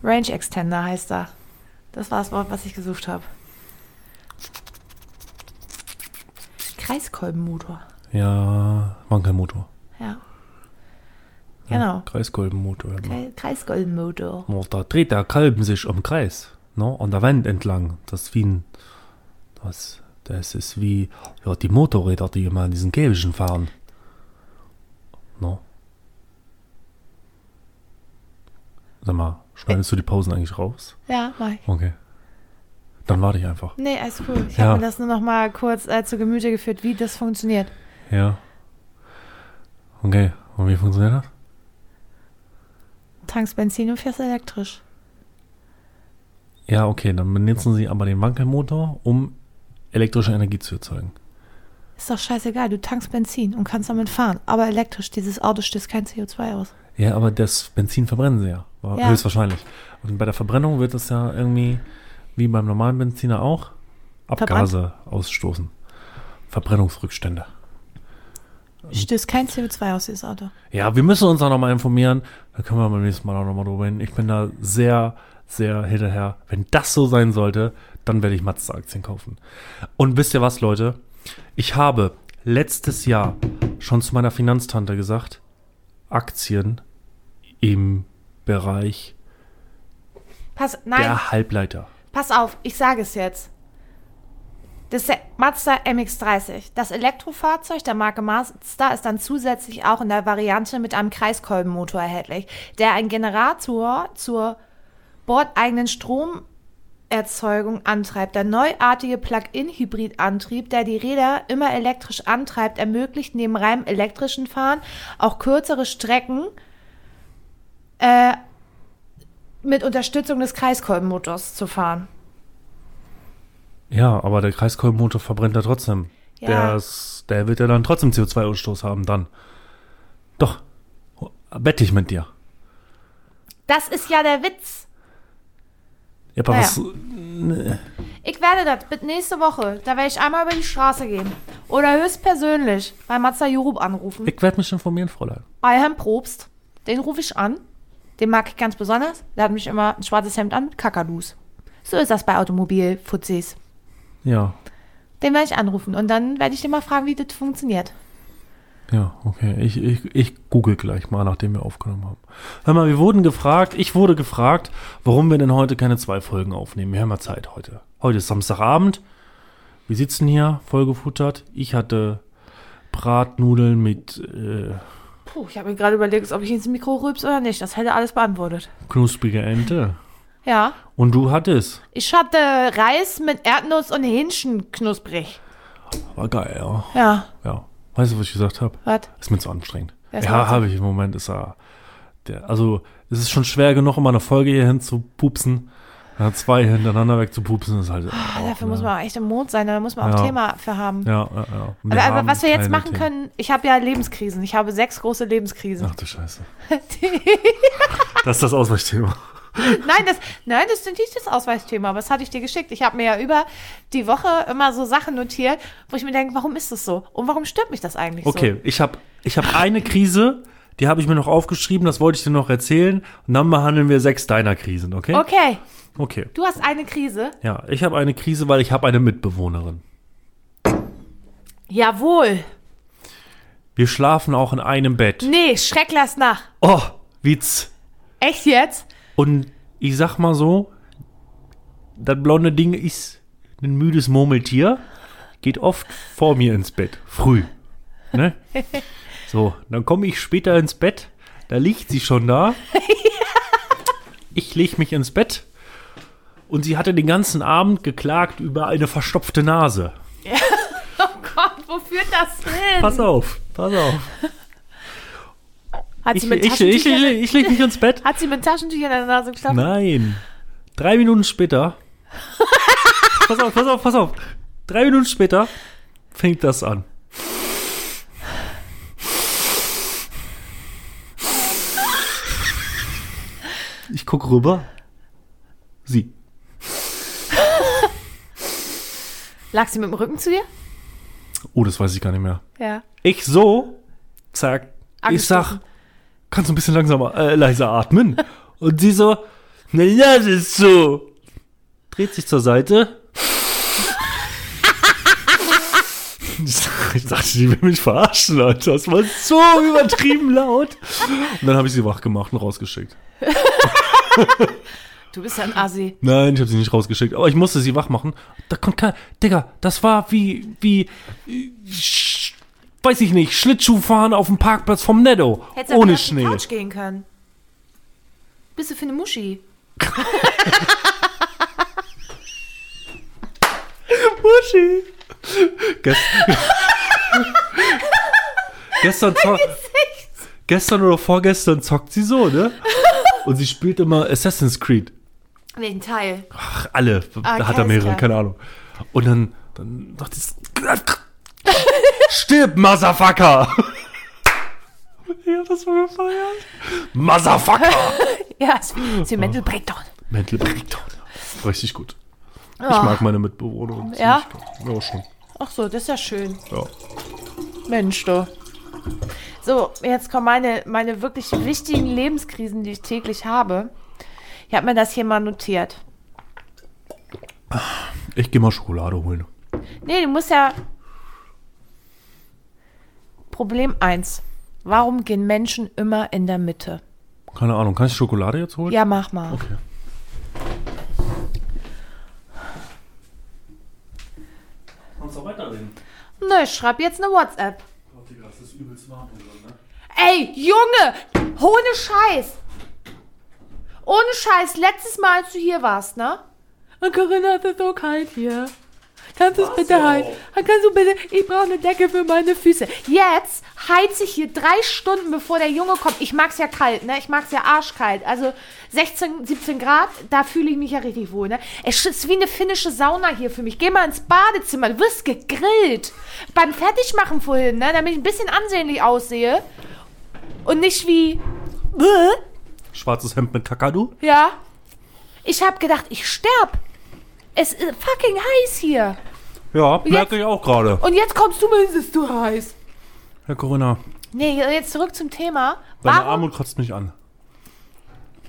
B: Range Extender heißt da. Das war das Wort, was ich gesucht habe. Kreiskolbenmotor.
C: Ja, Wankelmotor.
B: Ja. Genau.
C: Kreiskolbenmotor. ja.
B: Kre- Kreiskolbenmotor.
C: Und da dreht der Kolben sich im Kreis, ne? An der Wand entlang. Das ist wie ein, das, das ist wie, ja, die Motorräder, die immer in diesen Käfigen fahren. Ne? Sag mal, schneidest du die Pausen eigentlich raus?
B: Ja, mach ich.
C: Okay. Dann warte ich einfach.
B: Nee, alles cool. Ich
C: Ja.
B: habe mir das nur noch mal kurz äh, zu Gemüte geführt, wie das funktioniert.
C: Ja. Okay. Und wie funktioniert das?
B: Tankst Benzin und fährst elektrisch.
C: Ja, okay. Dann benutzen sie aber den Wankelmotor, um elektrische Energie zu erzeugen.
B: Ist doch scheißegal, du tankst Benzin und kannst damit fahren. Aber elektrisch, dieses Auto stößt kein CO2 aus.
C: Ja, aber das Benzin verbrennen sie ja, wa-
B: Ja.
C: höchstwahrscheinlich. Und bei der Verbrennung wird das ja irgendwie, wie beim normalen Benziner auch, Abgase ausstoßen. Verbrennungsrückstände.
B: Stößt kein CO2 aus dieses Auto.
C: Ja, wir müssen uns da nochmal informieren. Da können wir beim nächsten Mal auch nochmal drüber reden. Ich bin da sehr, sehr hinterher. Wenn das so sein sollte, dann werde ich Mazda-Aktien kaufen. Und wisst ihr was, Leute? Ich habe letztes Jahr schon zu meiner Finanztante gesagt, Aktien im Bereich
B: Pass, nein,
C: der Halbleiter.
B: pass auf, ich sage es jetzt. Das Se- Mazda MX-30, das Elektrofahrzeug der Marke Mazda, ist dann zusätzlich auch in der Variante mit einem Kreiskolbenmotor erhältlich, der einen Generator zur bordeigenen Stromerzeugung antreibt. Der neuartige Plug-in-Hybrid-Antrieb, der die Räder immer elektrisch antreibt, ermöglicht neben reinem elektrischen Fahren auch kürzere Strecken äh, mit Unterstützung des Kreiskolbenmotors zu fahren.
C: Ja, aber der Kreiskolbenmotor verbrennt ja trotzdem.
B: Ja.
C: Der, ist, der wird ja dann trotzdem CO2-Ausstoß haben, dann. Doch, wette ich mit dir.
B: Das ist ja der Witz.
C: Ja, aber
B: Naja.
C: was,
B: Ich werde das mit nächste Woche. Da werde ich einmal über die Straße gehen. Oder höchstpersönlich bei Mazda Europe anrufen.
C: ich werde mich informieren, Fräulein.
B: bei Herrn Probst. Den rufe ich an. Den mag ich ganz besonders. Der hat mich immer ein schwarzes Hemd an mit Kakadus. So ist das bei Automobilfuzis.
C: Ja,
B: Den werde ich anrufen und dann werde ich den mal fragen, wie das funktioniert.
C: Ja, okay. Ich, ich, ich google gleich mal, nachdem wir aufgenommen haben. Hör mal, wir wurden gefragt, ich wurde gefragt, warum wir denn heute keine zwei Folgen aufnehmen. Wir haben ja Zeit heute. Heute ist Samstagabend. Wir sitzen hier, vollgefuttert. Ich hatte Bratnudeln mit äh,
B: Puh, ich habe mir gerade überlegt, ob ich ins Mikro rübs oder nicht. Das hätte alles beantwortet.
C: knuspriger Ente.
B: Ja.
C: Und du hattest.
B: Ich hatte Reis mit Erdnuss und Hähnchen knusprig.
C: War geil, ja.
B: Ja,
C: ja. Weißt du, was ich gesagt habe?
B: was?
C: Ist mir zu anstrengend.
B: Ja,
C: Ja,
B: ist mir zu-
C: habe ich im Moment. Ist ja der, also, es ist schon schwer genug, immer eine Folge hier hin zu pupsen. Ja, zwei hintereinander weg zu pupsen ist halt.
B: Ah,
C: auch,
B: dafür
C: ne?
B: muss man auch echt im Mond sein, da muss man auch
C: Ja.
B: Thema für haben.
C: Ja, ja, ja. Und
B: aber, aber
C: haben
B: was wir jetzt
C: keine
B: machen
C: Themen.
B: können, ich habe ja Lebenskrisen. Ich habe sechs große Lebenskrisen.
C: Ach du Scheiße.
B: (laughs)
C: Das ist das Ausweichthema.
B: nein, das, nein, das ist nicht das Ausweichthema, aber das hatte ich dir geschickt. Ich habe mir ja über die Woche immer so Sachen notiert, wo ich mir denke, warum ist das so? Und warum stört mich das eigentlich
C: Okay, ich habe ich hab eine Krise, die habe ich mir noch aufgeschrieben, das wollte ich dir noch erzählen. Und dann behandeln wir sechs deiner Krisen, okay?
B: so? Okay,
C: Okay.
B: du hast eine Krise.
C: Ja, ich habe eine Krise, weil ich habe eine Mitbewohnerin.
B: Jawohl.
C: Wir schlafen auch in einem Bett.
B: Nee, schreck lass nach.
C: Oh, Witz.
B: Echt jetzt? (laughs)
C: Und ich sag mal so, das blonde Ding ist ein müdes Murmeltier, geht oft vor mir ins Bett, früh. Ne?
B: (laughs)
C: So, dann komme ich später ins Bett, da liegt sie schon da.
B: (laughs)
C: Ich lege mich ins Bett und sie hatte den ganzen Abend geklagt über eine verstopfte Nase.
B: Oh Gott, wo führt das hin?
C: Pass auf, pass auf.
B: Hat
C: Ich,
B: sie, Also mit
C: ich, ich, ich,
B: Taschentüchern-
C: ich lege mich ins Bett.
B: hat sie mit Taschentüchern in der Nase geschlafen?
C: Nein. Drei Minuten später. pass auf, pass auf, pass auf. Drei Minuten später fängt das an. Ich guck rüber. Sie.
B: Lag sie mit dem Rücken zu dir?
C: Oh, das weiß ich gar nicht mehr.
B: Ja.
C: Ich so, zack. Ich sag,
B: Angestoßen.
C: kannst du ein bisschen langsamer, äh, leiser atmen? Und sie so, na ja, das ist so. Dreht sich zur Seite. Ich sag- ich dachte, die will mich verarschen, Alter. Das war so übertrieben laut. Und dann habe ich sie wach gemacht und rausgeschickt.
B: Du bist ja ein Assi.
C: Nein, ich habe sie nicht rausgeschickt, aber ich musste sie wach machen. Da kommt kein. Digga, das war wie, wie, äh, sch- weiß ich nicht, Schlittschuhfahren auf dem Parkplatz vom Netto.
B: Hättest du
C: Ohne
B: auf die
C: Schnee.
B: Couch gehen können. Bist du für eine Muschi?
C: Muschi. Gest gestern, zo gestern oder vorgestern zockt sie so, ne? Und sie spielt immer Assassin's Creed.
B: Welchen Teil?
C: Ach, alle.
B: Ah,
C: da hat er
B: alles
C: mehrere,
B: klar.
C: keine Ahnung. Und dann, dann dachte ich, stirb, Motherfucker! Ich hab das so gefeiert. Motherfucker!
B: Ja, es ist wie Mental Breakdown.
C: Mental Breakdown. Richtig gut. Ich
B: Oh.
C: mag meine Mitbewohner.
B: Ja?
C: ziemlich gut. Ja, schon.
B: Ach so, das ist ja schön.
C: Ja.
B: Mensch, du. So, jetzt kommen meine, meine wirklich wichtigen Lebenskrisen, die ich täglich habe. Ich habe mir das hier mal notiert.
C: Ich gehe mal Schokolade holen.
B: Nee, du musst ja. Problem 1. Warum gehen Menschen immer in der Mitte?
C: Keine Ahnung, kann ich Schokolade jetzt holen?
B: Ja, mach mal.
C: Okay. Kannst du weiterreden?
B: Nö, Ne, ich schreib jetzt eine WhatsApp.
C: Oh, Digga, das ist übelst warm oder, ne?
B: Ey, Junge! Ohne Scheiß! Ohne Scheiß, letztes Mal, als du hier warst, ne?
A: Und Corinna, es ist so kalt hier. Kannst du es bitte heizen? Kannst du bitte, ich brauche eine Decke für meine Füße.
B: Jetzt heiz ich hier drei Stunden, bevor der Junge kommt. Ich mag's ja kalt, ne? Ich mag's ja arschkalt. Also 16, 17 Grad, da fühle ich mich ja richtig wohl, ne? Es ist wie eine finnische Sauna hier für mich. Geh mal ins Badezimmer, du wirst gegrillt. Beim Fertigmachen vorhin, ne? Damit ich ein bisschen ansehnlich aussehe. Und nicht wie. äh, Bäh.
C: Schwarzes Hemd mit Kakadu?
B: Ja. Ich hab gedacht, ich sterb. Es ist fucking heiß hier.
C: Ja, merke ich auch gerade.
B: Und jetzt kommst du mir, es ist zu heiß.
C: Herr Corinna,
B: Nee, jetzt zurück zum Thema.
C: deine
B: Warum?
C: Armut kotzt mich an.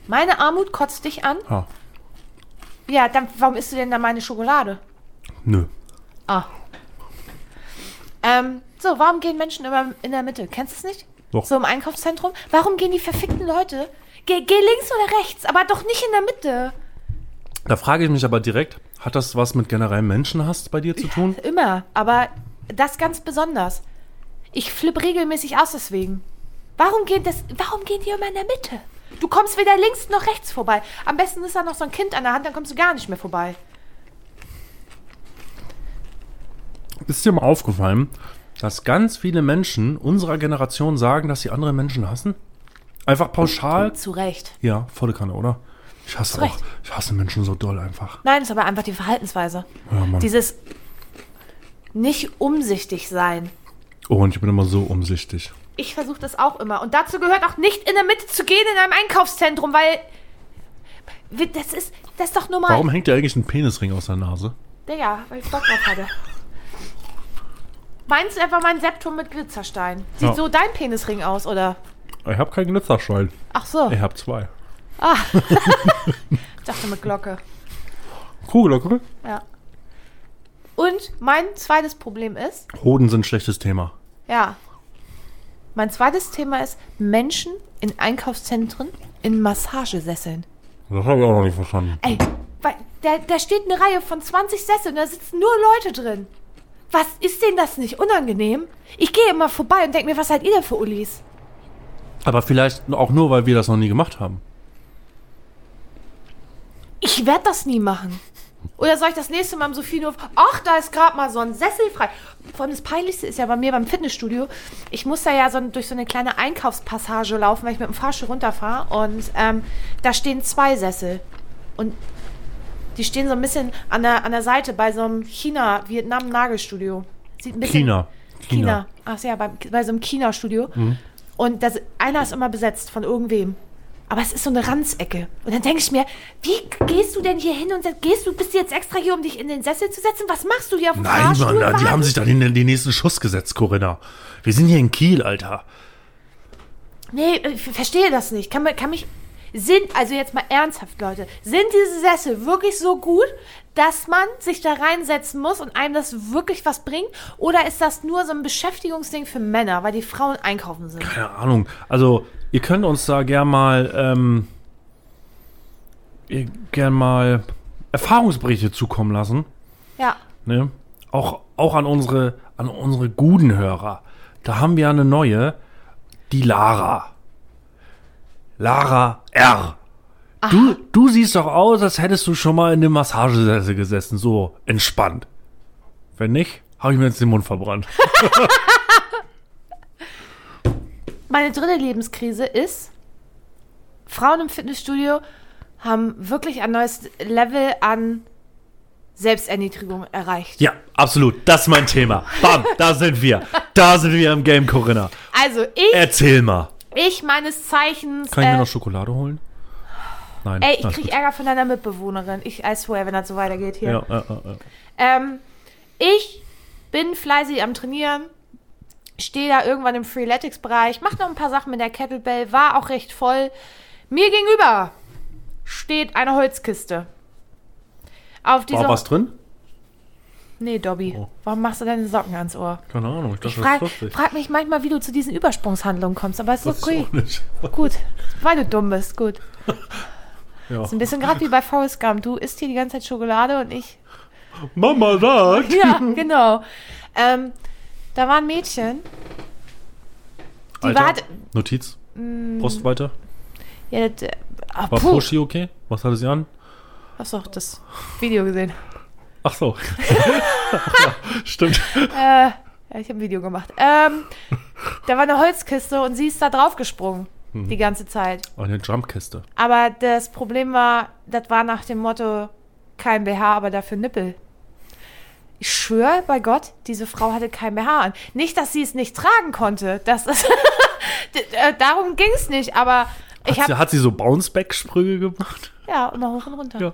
B: Meine Armut kotzt dich an?
C: Ha,
B: Ja, dann warum isst du denn da meine Schokolade?
C: nö.
B: Ah. Ähm, so, warum gehen Menschen immer in der Mitte? Kennst du es nicht?
C: Doch.
B: So im Einkaufszentrum? Warum gehen die verfickten Leute? Geh, geh links oder rechts, aber doch nicht in der Mitte.
C: Da frage ich mich aber direkt, hat das was mit generellem Menschenhass bei dir zu tun?
B: Immer, aber das ganz besonders. Ich flippe regelmäßig aus deswegen. Warum gehen, das, warum gehen die immer in der Mitte? Du kommst weder links noch rechts vorbei. Am besten ist da noch so ein Kind an der Hand, dann kommst du gar nicht mehr vorbei.
C: Ist dir mal aufgefallen, dass ganz viele Menschen unserer Generation sagen, dass sie andere Menschen hassen? Einfach pauschal?
B: Zu Recht.
C: Ja, volle Kanne, oder? Ich hasse
B: Recht.
C: auch. Ich hasse Menschen so doll einfach.
B: Nein, es ist aber einfach die Verhaltensweise.
C: Ja, Mann.
B: Dieses nicht umsichtig sein.
C: Oh, und ich bin immer so umsichtig.
B: Ich versuche das auch immer. Und dazu gehört auch nicht in der Mitte zu gehen in einem Einkaufszentrum, weil wir- das ist, das ist doch normal.
C: Warum hängt dir eigentlich ein Penisring aus der Nase?
B: Digga, weil ich Bock drauf hatte. Meinst du einfach mein Septum mit Glitzerstein? Sieht
C: Ja.
B: so dein Penisring aus, oder?
C: Ich hab keinen Glitzerschein.
B: Ach so,
C: Ich hab zwei.
B: ich dachte mit Glocke.
C: Kugelocke?
B: Ja. Und mein zweites Problem ist,
C: Hoden sind ein schlechtes Thema.
B: Ja. Mein zweites Thema ist Menschen in Einkaufszentren in Massagesesseln.
C: Das habe ich auch noch nicht verstanden.
B: Ey, weil- da, da steht eine Reihe von 20 Sesseln, da sitzen nur Leute drin. Was ist denn das nicht unangenehm? Ich gehe immer vorbei und denke mir, was seid ihr denn für Ulis?
C: Aber vielleicht auch nur, weil wir das noch nie gemacht haben.
B: Ich werde das nie machen. Oder soll ich das nächste Mal im Sophienhof? Ach, da ist gerade mal so ein Sessel frei. Vor allem das Peinlichste ist ja bei mir beim Fitnessstudio. Ich muss da ja so, ein- durch so eine kleine Einkaufspassage laufen, weil ich mit dem Fahrstuhl runterfahre. Und ähm, da stehen zwei Sessel. Und die stehen so ein bisschen an der, an der Seite bei so einem China-Vietnam-Nagelstudio. Sieht ein bisschen-
C: China.
B: China. Ach ja, bei, bei so einem China-Studio. Und das, einer ist immer besetzt von irgendwem. Aber es ist so eine Ranzecke. Und dann denke ich mir, wie gehst du denn hier hin und sagst, gehst du, bist du jetzt extra hier, um dich in den Sessel zu setzen? Was machst du hier auf dem
C: Nein,
B: Fahrstuhl?
C: Mann, die
B: Warten?
C: haben sich da den, den nächsten Schuss gesetzt, Corinna. Wir sind hier in Kiel, Alter.
B: Nee, äh, ich verstehe das nicht. Kann, man- kann mich. Sind, also jetzt mal ernsthaft, Leute, sind diese Sessel wirklich so gut, dass man sich da reinsetzen muss und einem das wirklich was bringt? Oder ist das nur so ein Beschäftigungsding für Männer, weil die Frauen einkaufen sind?
C: Keine Ahnung. Also, ihr könnt uns da gern mal, ähm, ihr gern mal Erfahrungsberichte zukommen lassen.
B: Ja.
C: Ne? Auch, auch an unsere, an unsere guten Hörer. Da haben wir eine neue, die Lara. Lara R. Du, du siehst doch aus, als hättest du schon mal in dem Massagesessel gesessen, so entspannt. Wenn nicht, habe ich mir jetzt den Mund verbrannt.
B: Meine dritte Lebenskrise ist, Frauen im Fitnessstudio haben wirklich ein neues Level an Selbsterniedrigung erreicht.
C: (laughs) Ja, absolut. Das ist mein Thema. Bam, da sind wir. Da sind wir im Game, Corinna.
B: Also ich,
C: Erzähl mal.
B: ich meines Zeichens,
C: Äh, Kann ich mir
B: äh,
C: noch Schokolade holen? Nein.
B: ey, ich
C: alles
B: krieg
C: gut.
B: Ärger von deiner Mitbewohnerin. Ich I swear, wenn das so weitergeht hier.
C: äh, ja, ja, ja, ja.
B: Ähm, ich bin fleißig am Trainieren, stehe da irgendwann im Freeletics-Bereich, mache noch ein paar Sachen mit der Kettlebell, war auch recht voll. Mir gegenüber steht eine Holzkiste. Auf
C: War
B: dieser.
C: was drin?
B: Nee, Dobby,
C: Oh.
B: warum machst du deine Socken ans Ohr?
C: Keine Ahnung, ich dachte,
B: Frag,
C: das ist lustig.
B: frag mich manchmal, wie du zu diesen Übersprungshandlungen kommst, aber es
C: Das
B: ist
C: ist
B: okay.
C: auch nicht. (laughs)
B: Gut, weil du dumm bist, gut.
C: Ja.
B: Ist ein bisschen gerade wie bei Forrest Gump. Du isst hier die ganze Zeit Schokolade und
C: (laughs)
B: ich
C: Mama sagt.
B: Ja, genau. Ähm, da war ein Mädchen. Die
C: Alter,
B: war.
C: Notiz. Post weiter.
B: Ja, das, äh, ach,
C: War
B: puh.
C: Poshi okay? Was hatte sie an?
B: Hast du auch das Video gesehen?
C: Ach (laughs) so. Stimmt.
B: Äh, ja, ich habe ein Video gemacht.
C: (laughs)
B: Ähm, da war eine Holzkiste und sie ist da draufgesprungen.
C: Mhm.
B: Die ganze Zeit.
C: Oh, Eine Jumpkiste.
B: Aber das Problem war, das war nach dem Motto: kein BH, aber dafür Nippel. Ich schwöre bei Gott, diese Frau hatte kein BH an. Nicht, dass sie es nicht tragen konnte. Das ist. (laughs) D- äh, Darum ging es nicht, aber. Ich
C: Hat,
B: hab,
C: sie, hat sie so Bounceback-Sprünge gemacht?
B: Ja, immer hoch und runter. Ja.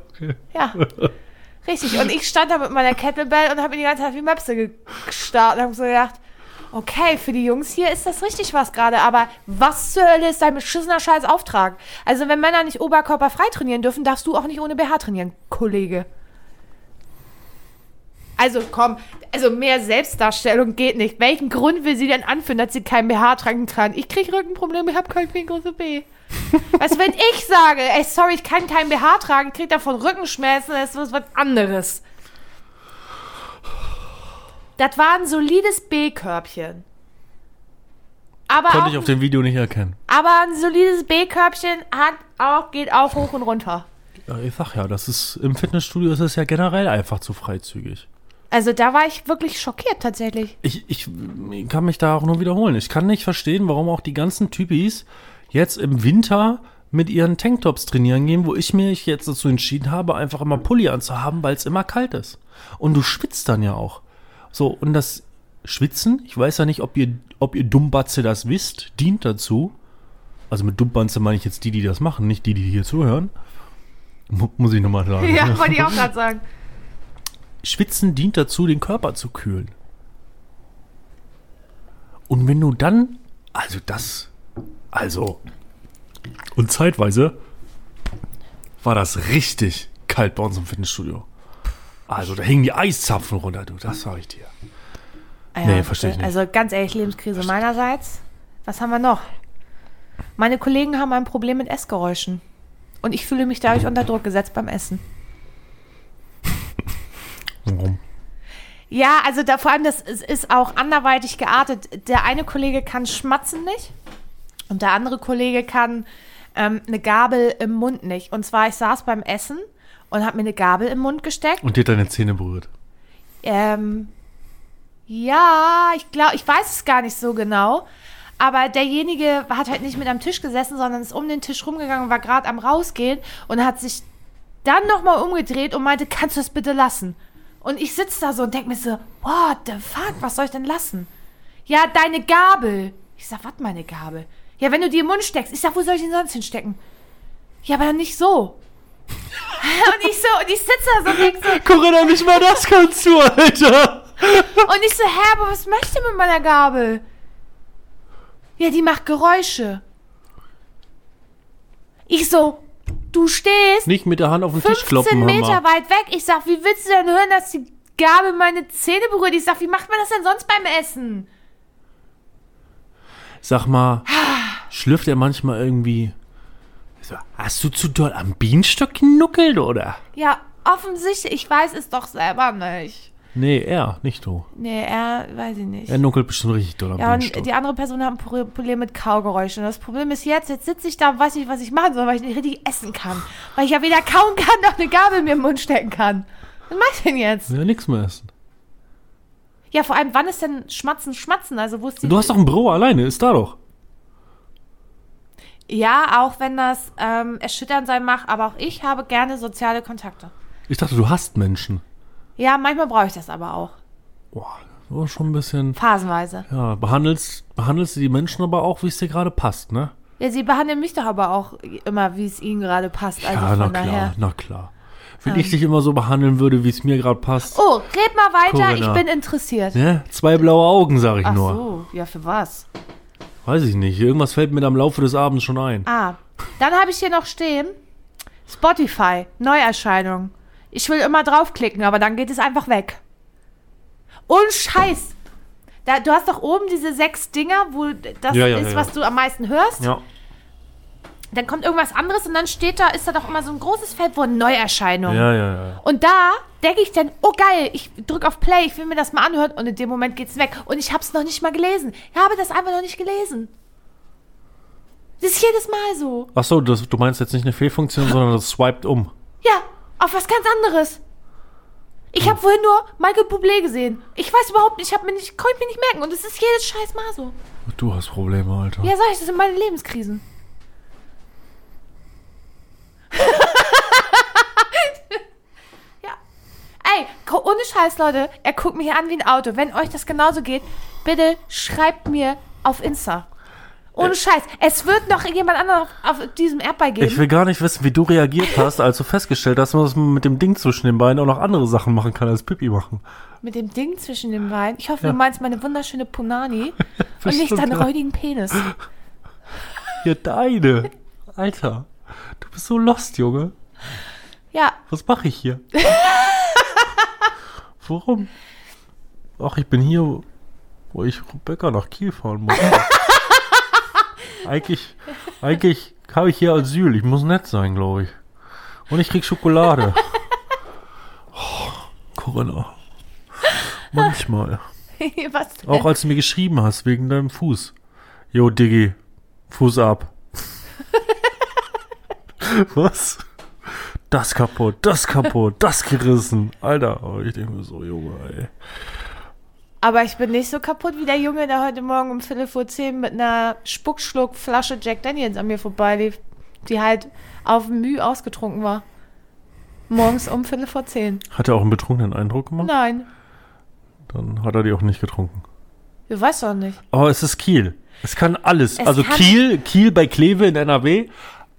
C: Ja, okay.
B: richtig. Und ich stand da mit meiner Kettlebell und habe mir die ganze Zeit wie Möpse ge- gestarrt und habe so gedacht, okay, für die Jungs hier ist das richtig was gerade, aber was zur Hölle ist dein beschissener scheiß Auftrag? Also wenn Männer nicht oberkörperfrei trainieren dürfen, darfst du auch nicht ohne BH trainieren, Kollege. Also komm, also mehr Selbstdarstellung geht nicht. Welchen Grund will sie denn anführen, dass sie kein BH tragen kann? Ich krieg Rückenprobleme, ich habe kein Größe
C: (laughs)
B: B. Was, wenn ich sage, ey, sorry, ich kann kein BH tragen, ich krieg davon Rückenschmerzen, das ist was anderes. Das war ein solides B-Körbchen. Aber,
C: Konnte
B: auch,
C: ich auf dem Video nicht erkennen.
B: aber ein solides B-Körbchen hat auch, geht auch hoch und runter.
C: Ja, Ich sag ja, das ist im Fitnessstudio ist es ja generell einfach zu freizügig.
B: Also da war ich wirklich schockiert
C: (laughs)
B: tatsächlich.
C: Ich, ich kann mich da auch nur wiederholen. Ich kann nicht verstehen, warum auch die ganzen Typis jetzt im Winter mit ihren Tanktops trainieren gehen, wo ich mich jetzt dazu entschieden habe, einfach immer Pulli anzuhaben, weil es immer kalt ist. Und du schwitzt dann ja auch. So, und das Schwitzen, ich weiß ja nicht, ob ihr, ob ihr Dummbatze das wisst, dient dazu. Also mit Dummbatze meine ich jetzt die, die das machen, nicht die, die hier zuhören. Mu- muss ich nochmal sagen.
B: Ja, wollte ich auch gerade sagen.
C: Schwitzen dient dazu, den Körper zu kühlen. Und wenn du dann, also das, also. Und zeitweise war das richtig kalt bei uns im Fitnessstudio. Also da hingen die Eiszapfen runter, du, das sag ich dir.
B: Ja,
C: Nee, versteh ich nicht.
B: Also ganz ehrlich, Lebenskrise meinerseits. Was haben wir noch? Meine Kollegen haben ein Problem mit Essgeräuschen. Und ich fühle mich dadurch unter Druck gesetzt beim Essen.
C: Warum?
B: Ja, also da vor allem, das ist, ist auch anderweitig geartet. Der eine Kollege kann schmatzen nicht und der andere Kollege kann ähm, eine Gabel im Mund nicht. Und zwar, ich saß beim Essen und habe mir eine Gabel im Mund gesteckt.
C: Und dir hat deine Zähne berührt.
B: Ähm, ja, ich glaube, ich weiß es gar nicht so genau. Aber derjenige hat halt nicht mit am Tisch gesessen, sondern ist um den Tisch rumgegangen, war gerade am Rausgehen und hat sich dann nochmal umgedreht und meinte, kannst du das bitte lassen? Und ich sitze da so und denke mir so, what the fuck, was soll ich denn lassen? Ja, deine Gabel. Ich sag, was meine Gabel? Ja, wenn du die im Mund steckst. Ich sag, wo soll ich ihn sonst hinstecken? Ja, aber nicht so. (laughs) und ich so, und ich sitze da so und denk so,
C: Corinna, nicht mal das kannst du, Alter!
B: und ich so, hä, aber was möchte mit meiner Gabel? Ja, die macht Geräusche. Ich so, du stehst
C: Nicht mit der Hand auf den Tisch
B: 15
C: kloppen,
B: Meter
C: Hammer.
B: weit weg. Ich sag, wie willst du denn hören, dass die Gabel meine Zähne berührt? Ich sag, wie macht man das denn sonst beim Essen?
C: Sag mal, schlürft er manchmal irgendwie. So, hast du zu doll am Bienenstock genuckelt, oder?
B: Ja, offensichtlich, ich weiß es doch selber nicht.
C: Nee, er, nicht du.
B: Nee, er, weiß ich nicht.
C: Er nuckelt bestimmt richtig doll am
B: Ja, und
C: Bienenstock.
B: die andere Person hat ein Pro- Problem mit Kaugeräuschen. Das Problem ist jetzt, jetzt sitze ich da und weiß nicht, was ich machen soll, weil ich nicht richtig essen kann. Weil ich ja weder kauen kann, noch eine Gabel mir im Mund stecken kann. Was mach ich denn jetzt?
C: Will ja nichts mehr essen.
B: Ja, vor allem, wann ist denn Schmatzen, Schmatzen? Also, wo ist die...
C: Du hast doch ein Bro alleine, ist da doch.
B: ja, auch wenn das ähm, erschüttern sein mag, aber auch ich habe gerne soziale Kontakte.
C: Ich dachte, du hast Menschen.
B: Ja, manchmal brauche ich das aber auch.
C: Boah, das war schon ein bisschen.
B: Phasenweise.
C: Ja, behandelst, behandelst du die Menschen aber auch, wie es dir gerade passt, ne?
B: Ja, sie behandeln mich doch aber auch immer, wie es ihnen gerade passt. Also
C: ja, na
B: von
C: klar,
B: daher. Ähm.
C: na klar. Wenn ich dich immer so behandeln würde, wie es mir gerade passt.
B: Oh, red mal weiter,
C: Corinna.
B: ich bin interessiert.
C: Ne? Zwei blaue Augen, sag ich
B: Ach
C: nur.
B: so, ja, für was?
C: Weiß ich nicht. Irgendwas fällt mir da im Laufe des Abends schon ein.
B: Ah, dann habe ich hier noch stehen: Spotify, Neuerscheinung. Ich will immer draufklicken, aber dann geht es einfach weg. Und Scheiß! Da, du hast doch oben diese sechs Dinger, wo das
C: Ja, ja,
B: ist,
C: ja,
B: was
C: ja.
B: du am meisten hörst.
C: Ja.
B: Dann kommt irgendwas anderes und dann steht da, ist da doch immer so ein großes Feld, wo Neuerscheinung.
C: Ja, ja, ja.
B: Und da denke ich dann, oh geil, ich drücke auf Play, ich will mir das mal anhören und in dem Moment geht's weg. Und ich habe es noch nicht mal gelesen. Ich habe das einfach noch nicht gelesen. Das ist jedes Mal so.
C: Achso, das, du meinst jetzt nicht eine Fehlfunktion, sondern das swiped um.
B: Ja, auf was ganz anderes. Ich habe vorhin nur Michael Bublé gesehen. Ich weiß überhaupt nicht, ich hab mir nicht, konnte mir nicht merken. Und es ist jedes scheiß Mal so.
C: Du hast Probleme, Alter.
B: Ja, sag ich, das sind meine Lebenskrisen. (laughs) ja. Ey, ko- ohne Scheiß, Leute, er guckt mich an wie ein Auto. Wenn euch das genauso geht, bitte schreibt mir auf Insta. Ohne Scheiß. Es wird noch jemand anderen auf, auf diesem Erdball geben.
C: Ich will gar nicht wissen, wie du reagiert hast, als du festgestellt hast, dass man mit dem Ding zwischen den Beinen auch noch andere Sachen machen kann als Pipi machen.
B: Mit dem Ding zwischen den Beinen. Ich hoffe,
C: Ja.
B: du meinst meine wunderschöne
C: (laughs)
B: Punani und nicht
C: Bestimmt,
B: deinen
C: ja.
B: räudigen Penis.
C: Ja, deine. Alter. Du bist so lost, Junge.
B: Ja, (laughs)
C: Was mache ich hier? (laughs) Warum? Ach, ich bin hier, wo ich Rebecca nach Kiel fahren muss. eigentlich, eigentlich habe ich hier Asyl. Ich muss nett sein, glaube ich. Und ich krieg Schokolade. Oh, Corinna. Manchmal.
B: was denn?
C: Auch als du mir geschrieben hast, wegen deinem Fuß. Jo, Diggi, Fuß ab. Was? Das kaputt, das kaputt, das gerissen. Alter, aber ich denke mir so, Junge, ey.
B: Aber ich bin nicht so kaputt wie der Junge, der heute Morgen um Viertel vor zehn mit einer Spuckschluckflasche Jack Daniels an mir vorbeilief, die halt auf Mühe ausgetrunken war. Morgens um Viertel vor zehn.
C: Hat er auch einen betrunkenen Eindruck gemacht?
B: Nein,
C: Dann hat er die auch nicht getrunken.
B: du weißt doch nicht.
C: Aber es ist Kiel. Es kann alles.
B: Es
C: also
B: kann-
C: Kiel, Kiel bei Kleve in NRW.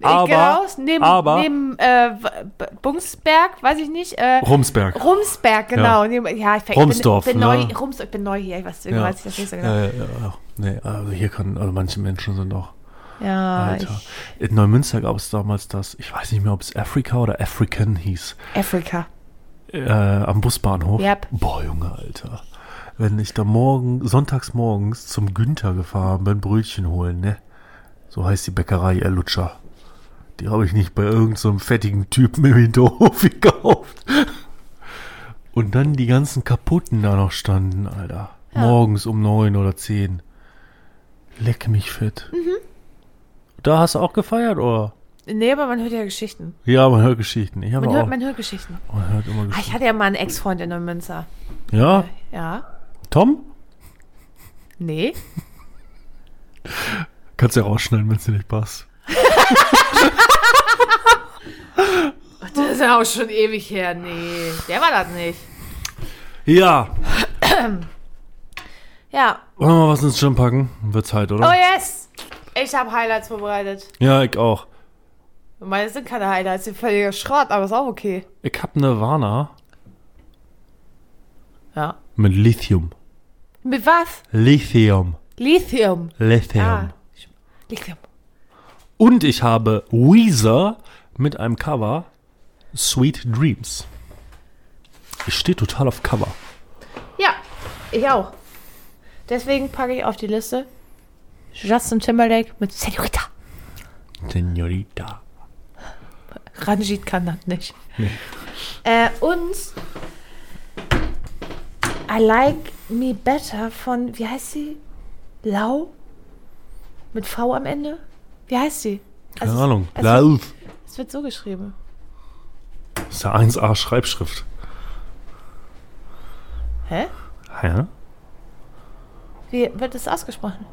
C: Aber,
B: ich gehe raus, neben,
C: aber
B: neben äh, B- Bungsberg, weiß ich nicht, äh,
C: Rumsberg.
B: Rumsberg, genau. Ja, neben, ja ich, ich
C: Rumsdorf,
B: bin, bin
C: ne?
B: neu, Rums, ich bin neu hier, ich weiß, deswegen weiß ich das nicht so genau.
C: ja, ja, ja. Nee, also hier kann, also manche Menschen sind auch
B: Ja,
C: Alter.
B: ich,
C: In Neumünster gab es damals das, ich weiß nicht mehr, ob es Africa oder African hieß,
B: Afrika.
C: äh, am Busbahnhof.
B: Yep.
C: Boah, Junge, Alter. Wenn ich da morgen, sonntags morgens zum Günther gefahren bin, Brötchen holen, ne? So heißt die Bäckerei, ihr Lutscher. Die habe ich nicht bei irgendeinem so einem fettigen Typen (laughs) im Hinterhof gekauft. Und dann die ganzen kaputten da noch standen, Alter. Morgens um neun oder zehn. Leck mich fit.
B: Mhm.
C: Da hast du auch gefeiert, oder?
B: Nee, aber man hört ja Geschichten.
C: Ja, man hört Geschichten. Ich habe
B: Man
C: auch.
B: hört,
C: man,
B: man hört Geschichten.
C: hört immer
B: Ah,
C: Geschichten.
B: ich hatte ja mal einen Ex-Freund in Neumünster.
C: Ja,
B: Ja.
C: Tom?
B: Nee.
C: Kannst du ja rausschneiden, wenn es dir nicht passt.
B: Das ist ja auch schon ewig her. Nee, der war das nicht.
C: Ja,
B: Ja.
C: wollen wir mal was ins Gym packen? Wird Zeit, oder?
B: Oh yes! Ich habe Highlights vorbereitet.
C: Ja, ich auch.
B: Meine sind keine Highlights, sind völliger Schrott, aber ist auch okay.
C: Ich hab Nirvana
B: Ja.
C: mit Lithium.
B: Mit was?
C: Lithium.
B: Lithium.
C: Lithium.
B: Ah. Lithium.
C: Und ich habe Weezer mit einem Cover Sweet Dreams. Ich stehe total auf Cover.
B: Ja, ich auch. Deswegen packe ich auf die Liste Justin Timberlake mit Senorita.
C: Senorita.
B: Ranjit kann das nicht. Äh, und I Like Me Better von, wie heißt sie? Lau? Mit V am Ende? Wie heißt sie?
C: Keine
B: Also es-
C: Ahnung.
B: Es, wird-
C: Lauf.
B: es wird so geschrieben.
C: Ist ja 1A Schreibschrift.
B: Hä?
C: Hä?
B: Wie wird es ausgesprochen?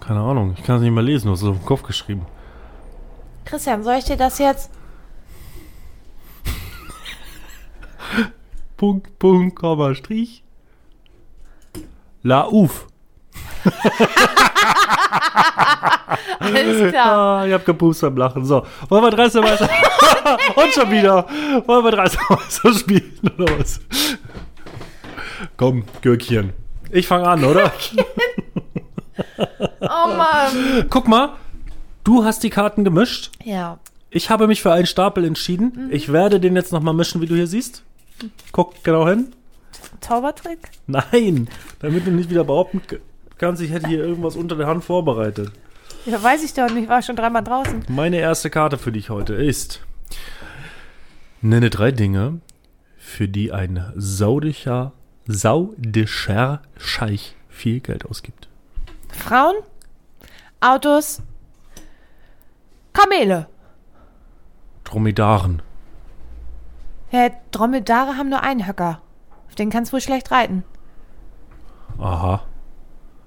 C: Keine Ahnung. Ich kann es nicht mehr lesen. Du hast es auf den Kopf geschrieben.
B: Christian, soll ich dir das jetzt?
C: Punkt, Punkt, Komma, Strich. Lauf.
B: (laughs) Alles klar.
C: Ah, ihr habt gepupst beim Lachen. So, wollen wir 13 Meister? Und schon wieder. Wollen wir 13 Meister spielen oder was? Komm, Gürkchen. Ich fange an, oder?
B: Oh Mann.
C: Guck mal, du hast die Karten gemischt.
B: Ja.
C: Ich habe mich für einen Stapel entschieden. Ich werde den jetzt nochmal mischen, wie du hier siehst. Guck genau hin.
B: Zaubertrick?
C: Nein, damit du nicht wieder behaupten k- kannst, ich hätte hier irgendwas unter der Hand vorbereitet.
B: Ja, weiß ich doch nicht. War schon dreimal draußen.
C: Meine erste Karte für dich heute ist. Nenne drei Dinge, für die ein saudischer, saudischer Scheich viel Geld ausgibt.
B: Frauen? Autos? Kamele.
C: Dromedaren.
B: Ja, Dromedare haben nur einen Höcker. Auf den kannst du wohl schlecht reiten.
C: Aha.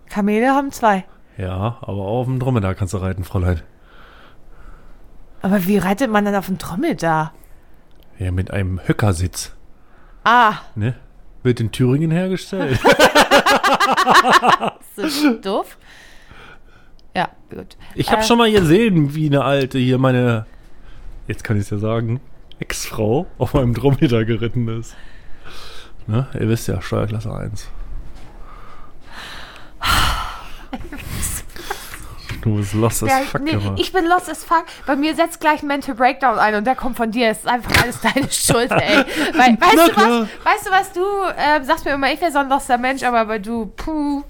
B: Kamele haben zwei.
C: Ja, aber auch auf dem Dromedar kannst du reiten, Fräulein.
B: Aber wie reitet man dann auf dem Dromedar?
C: Ja, mit einem Höckersitz.
B: Ah,
C: Ne? Wird in Thüringen hergestellt. (laughs)
B: ist das (laughs) doof? Ja, gut.
C: Ich habe
B: Äh.
C: schon mal gesehen, wie eine alte hier meine, jetzt kann ich es ja sagen, Ex-Frau auf meinem Dromedar geritten ist. Ne? Ihr wisst ja, Steuerklasse 1. Du bist lost as
B: Ja,
C: fuck
B: nee,
C: immer.
B: ich bin lost as fuck. Bei mir setzt gleich ein Mental Breakdown ein und der kommt von dir. Es ist einfach alles
C: (laughs)
B: deine Schuld, ey. Weil,
C: Na
B: weißt, du
C: klar.
B: was, weißt du was, du ähm, sagst mir immer, ich wäre so ein loster Mensch, aber, aber du, puh.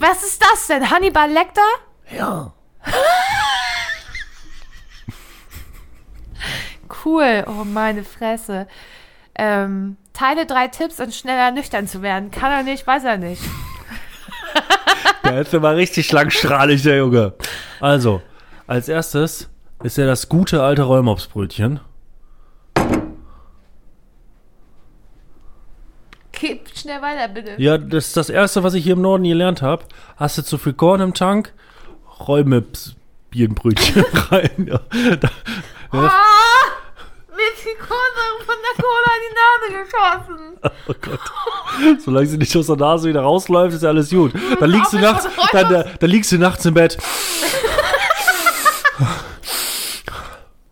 B: Was ist das denn? Hannibal Lecter?
C: Ja.
B: Cool, oh meine Fresse. Ähm, teile drei Tipps, um schneller nüchtern zu werden. Kann er nicht, weiß er nicht.
C: Der hätte mal richtig langstrahlig, der Junge. Also, als erstes ist ja das gute alte Rollmopsbrötchen.
B: Gib schnell weiter, bitte.
C: Ja, das ist das Erste, was ich hier im Norden gelernt habe. Hast du zu viel Korn im Tank? Räume Ps- Bierenbrötchen (laughs) rein. Ja. Da,
B: Ah! Mir ist die Cola von der Cola in die Nase geschossen.
C: oh Gott. Solange sie nicht aus der Nase wieder rausläuft, ist ja alles gut. Dann liegst du
B: Auf
C: nachts,
B: mit
C: dann, da, dann liegst du nachts im Bett.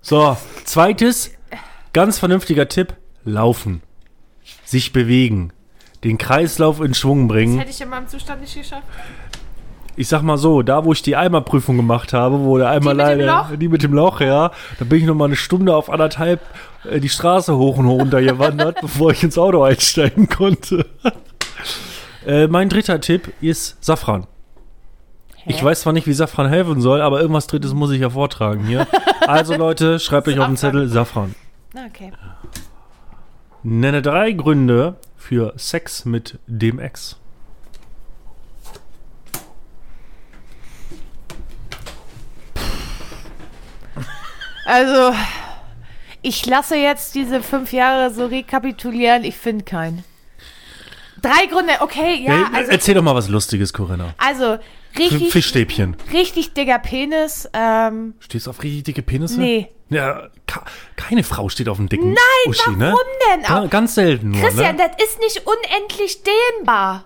C: So, zweites, ganz vernünftiger Tipp, laufen. Sich bewegen. Den Kreislauf in Schwung bringen.
B: Das hätte ich in meinem Zustand nicht geschafft.
C: ich sag mal so, da wo ich die Eimerprüfung gemacht habe, wo der
B: mit
C: Eimer
B: dem
C: leider,
B: Loch?
C: die mit dem Loch, ja, da bin ich noch mal eine Stunde auf anderthalb äh, die Straße hoch und runter gewandert, (laughs) bevor ich ins Auto einsteigen konnte. (laughs) äh, mein dritter Tipp ist Safran. Ich weiß zwar nicht, wie Safran helfen soll, aber irgendwas Drittes muss ich ja vortragen
B: (laughs)
C: hier. Also Leute, schreibt euch auf den
B: Safran.
C: Zettel Safran.
B: Na, Okay.
C: Nenne drei Gründe für Sex mit dem Ex.
B: Also, ich lasse jetzt diese fünf Jahre so rekapitulieren. Ich finde keinen. Drei Gründe. Okay, ja.
C: Hey,
B: Also,
C: erzähl doch mal was Lustiges, Corinna.
B: also
C: F-
B: richtig,
C: Fischstäbchen.
B: richtig dicker Penis. Ähm,
C: Stehst du auf richtig dicke Penisse?
B: Nee.
C: Ja, ka- keine Frau steht auf einem dicken Nein, Uschi,
B: warum
C: ne?
B: denn
C: Ga
B: auch?
C: ganz selten nur,
B: Christian,
C: ne?
B: das ist nicht unendlich dehnbar.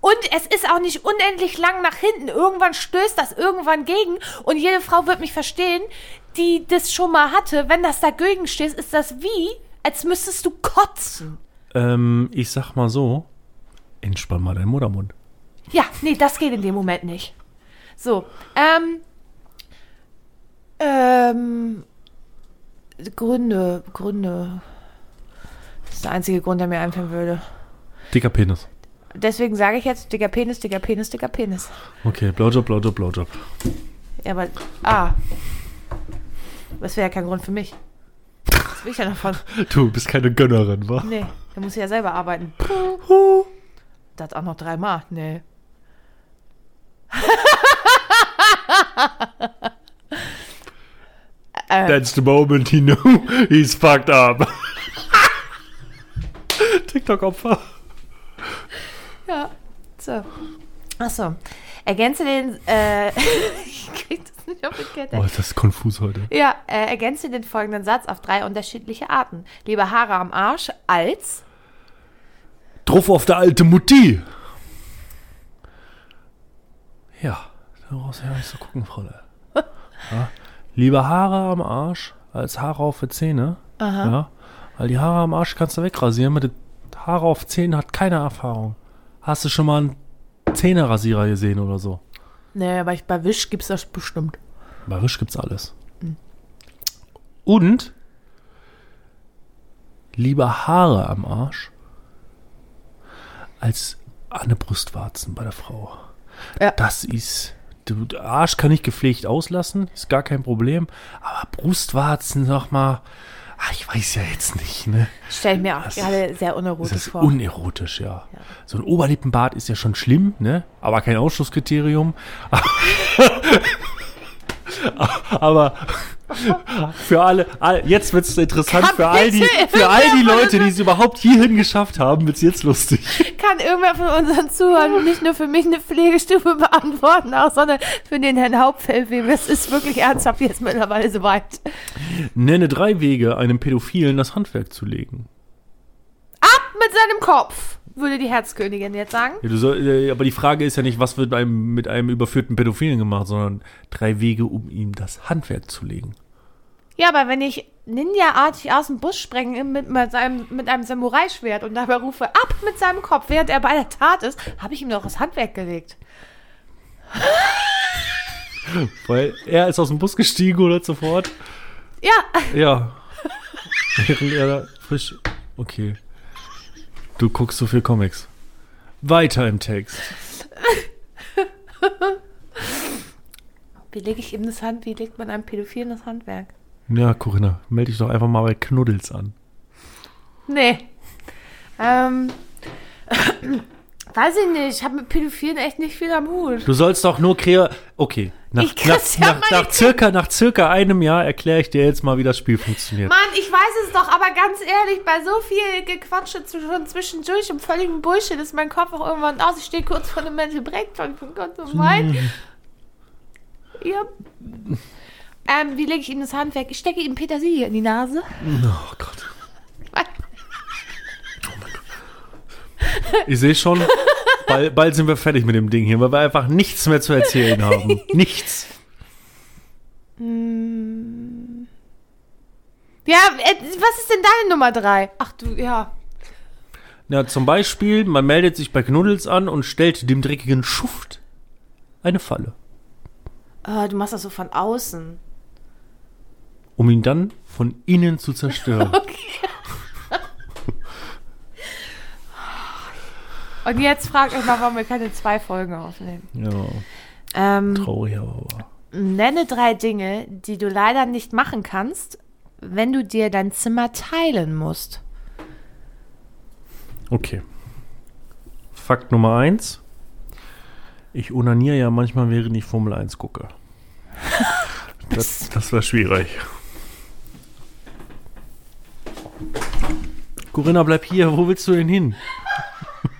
B: Und es ist auch nicht unendlich lang nach hinten. Irgendwann stößt das irgendwann gegen. Und jede Frau wird mich verstehen, die das schon mal hatte. Wenn das dagegen stößt, ist das wie, als müsstest du kotzen.
C: Ähm, ich sag mal so, entspann mal deinen Muttermund.
B: Ja, nee, das geht in dem Moment nicht. So, ähm. Ähm. Gründe, Gründe. Das ist der einzige Grund, der mir einfallen würde.
C: Dicker Penis.
B: Deswegen sage ich jetzt, dicker Penis, dicker Penis, dicker Penis.
C: Okay, Blowjob, Blowjob, Blowjob.
B: Ja, aber. Ah. Das wäre ja kein Grund für mich. Was will ich ja davon?
C: Du bist keine Gönnerin, wa?
B: Nee, da muss ich ja selber arbeiten. Das auch noch dreimal. Nee.
C: That's the moment he knew he's fucked up. (laughs) TikTok-Opfer.
B: Ja. So. Achso. Ergänze den. Äh, (laughs) ich krieg das nicht auf die Kette.
C: Oh, ist das konfus heute.
B: Ja, äh, ergänze den folgenden Satz auf drei unterschiedliche Arten. Lieber Haare am Arsch als.
C: Drauf auf der alte Mutti. Ja, da brauchst du ja nicht so gucken, Frau Lell. Ja, lieber Haare am Arsch als Haare auf die Zähne.
B: Aha.
C: Ja, weil die Haare am Arsch kannst du wegrasieren, mit den Haare auf Zähnen hat keine Erfahrung. Hast du schon mal einen Zähnerasierer gesehen oder so?
B: Nee, aber ich, bei Wisch gibt's das bestimmt.
C: Bei Wisch gibt's alles. Und lieber Haare am Arsch als an der Brustwarzen bei der Frau.
B: Ja.
C: Das ist. du- der Arsch kann ich gepflegt auslassen, ist gar kein Problem. Aber Brustwarzen, sag mal, ah, ich weiß ja jetzt nicht, ne?
B: Stell ich mir auch
C: Das
B: gerade sehr
C: Das
B: unerotisch
C: ist
B: vor.
C: unerotisch, ja. So ein Oberlippenbart ist ja schon schlimm, ne? Aber kein Ausschlusskriterium. (laughs) Aber für alle, all- jetzt wird's interessant für all die, für all die Leute, die es überhaupt hierhin geschafft haben, wird's jetzt lustig.
B: Kann irgendwer von unseren Zuhörern nicht nur für mich eine Pflegestufe beantworten, auch sondern für den Herrn Hauptfeldwebel. Es ist wirklich ernsthaft jetzt mittlerweile soweit.
C: Nenne Ne, drei Wege, einem Pädophilen das Handwerk zu legen.
B: Ab mit seinem Kopf, würde die Herzkönigin jetzt sagen.
C: Ja, du soll, äh, aber die Frage ist ja nicht, was wird einem, mit einem überführten Pädophilen gemacht, sondern drei Wege, um ihm das Handwerk zu legen.
B: Ja, aber wenn ich ninja-artig aus dem Bus sprenge mit, mit, seinem, mit einem Samurai-Schwert und dabei rufe, ab mit seinem Kopf, während er bei der Tat ist, habe ich ihm doch das Handwerk gelegt.
C: Weil er ist aus dem Bus gestiegen oder sofort.
B: Ja,
C: Ja. (laughs) Während er da frisch. Okay. Du guckst so viel Comics. Weiter im Text.
B: wie lege ich ihm das Hand, wie legt man einem Pädophilen das Handwerk?
C: Ja, Corinna, melde dich doch einfach mal bei Knuddels an.
B: Nee. Ähm, (clears throat) weiß ich nicht, ich habe mit Pädophilen echt nicht viel am Hut.
C: Du sollst doch nur kreieren. Okay. Nach,
B: Ich
C: nach,
B: krieg's ja
C: nach,
B: mal
C: nach, circa, nach circa einem Jahr erkläre ich dir jetzt mal, wie das Spiel funktioniert.
B: Mann, ich weiß es doch, aber ganz ehrlich, bei so viel Gequatsche zw- schon zwischendurch und völligem Bullshit ist mein Kopf auch irgendwann aus. Ich stehe kurz vor einem Mental Breakdown von Gott so mein. Ja. Ähm, wie lege ich ihm das Handwerk? Ich stecke ihm Petersilie in die Nase.
C: Oh Gott. (laughs) Ich sehe schon, bald, bald sind wir fertig mit dem Ding hier, weil wir einfach nichts mehr zu
B: (laughs)
C: erzählen haben. Nichts.
B: Ja, äh, was ist denn deine Nummer drei? Ach du, ja.
C: Na, zum Beispiel, man meldet sich bei Knuddels an und stellt dem dreckigen Schuft eine Falle,
B: Ah, du machst das so von außen.
C: um ihn dann von innen zu zerstören.
B: (laughs) Und jetzt fragt euch mal, warum wir keine zwei Folgen aufnehmen.
C: ja,
B: Ähm,
C: traurig, aber wahr.
B: nenne drei Dinge, die du leider nicht machen kannst, wenn du dir dein Zimmer teilen musst.
C: Okay. Fakt Nummer eins. Ich onaniere ja manchmal, während ich Formel 1 gucke. Das, das war schwierig. Corinna, bleib hier. Wo willst du denn hin?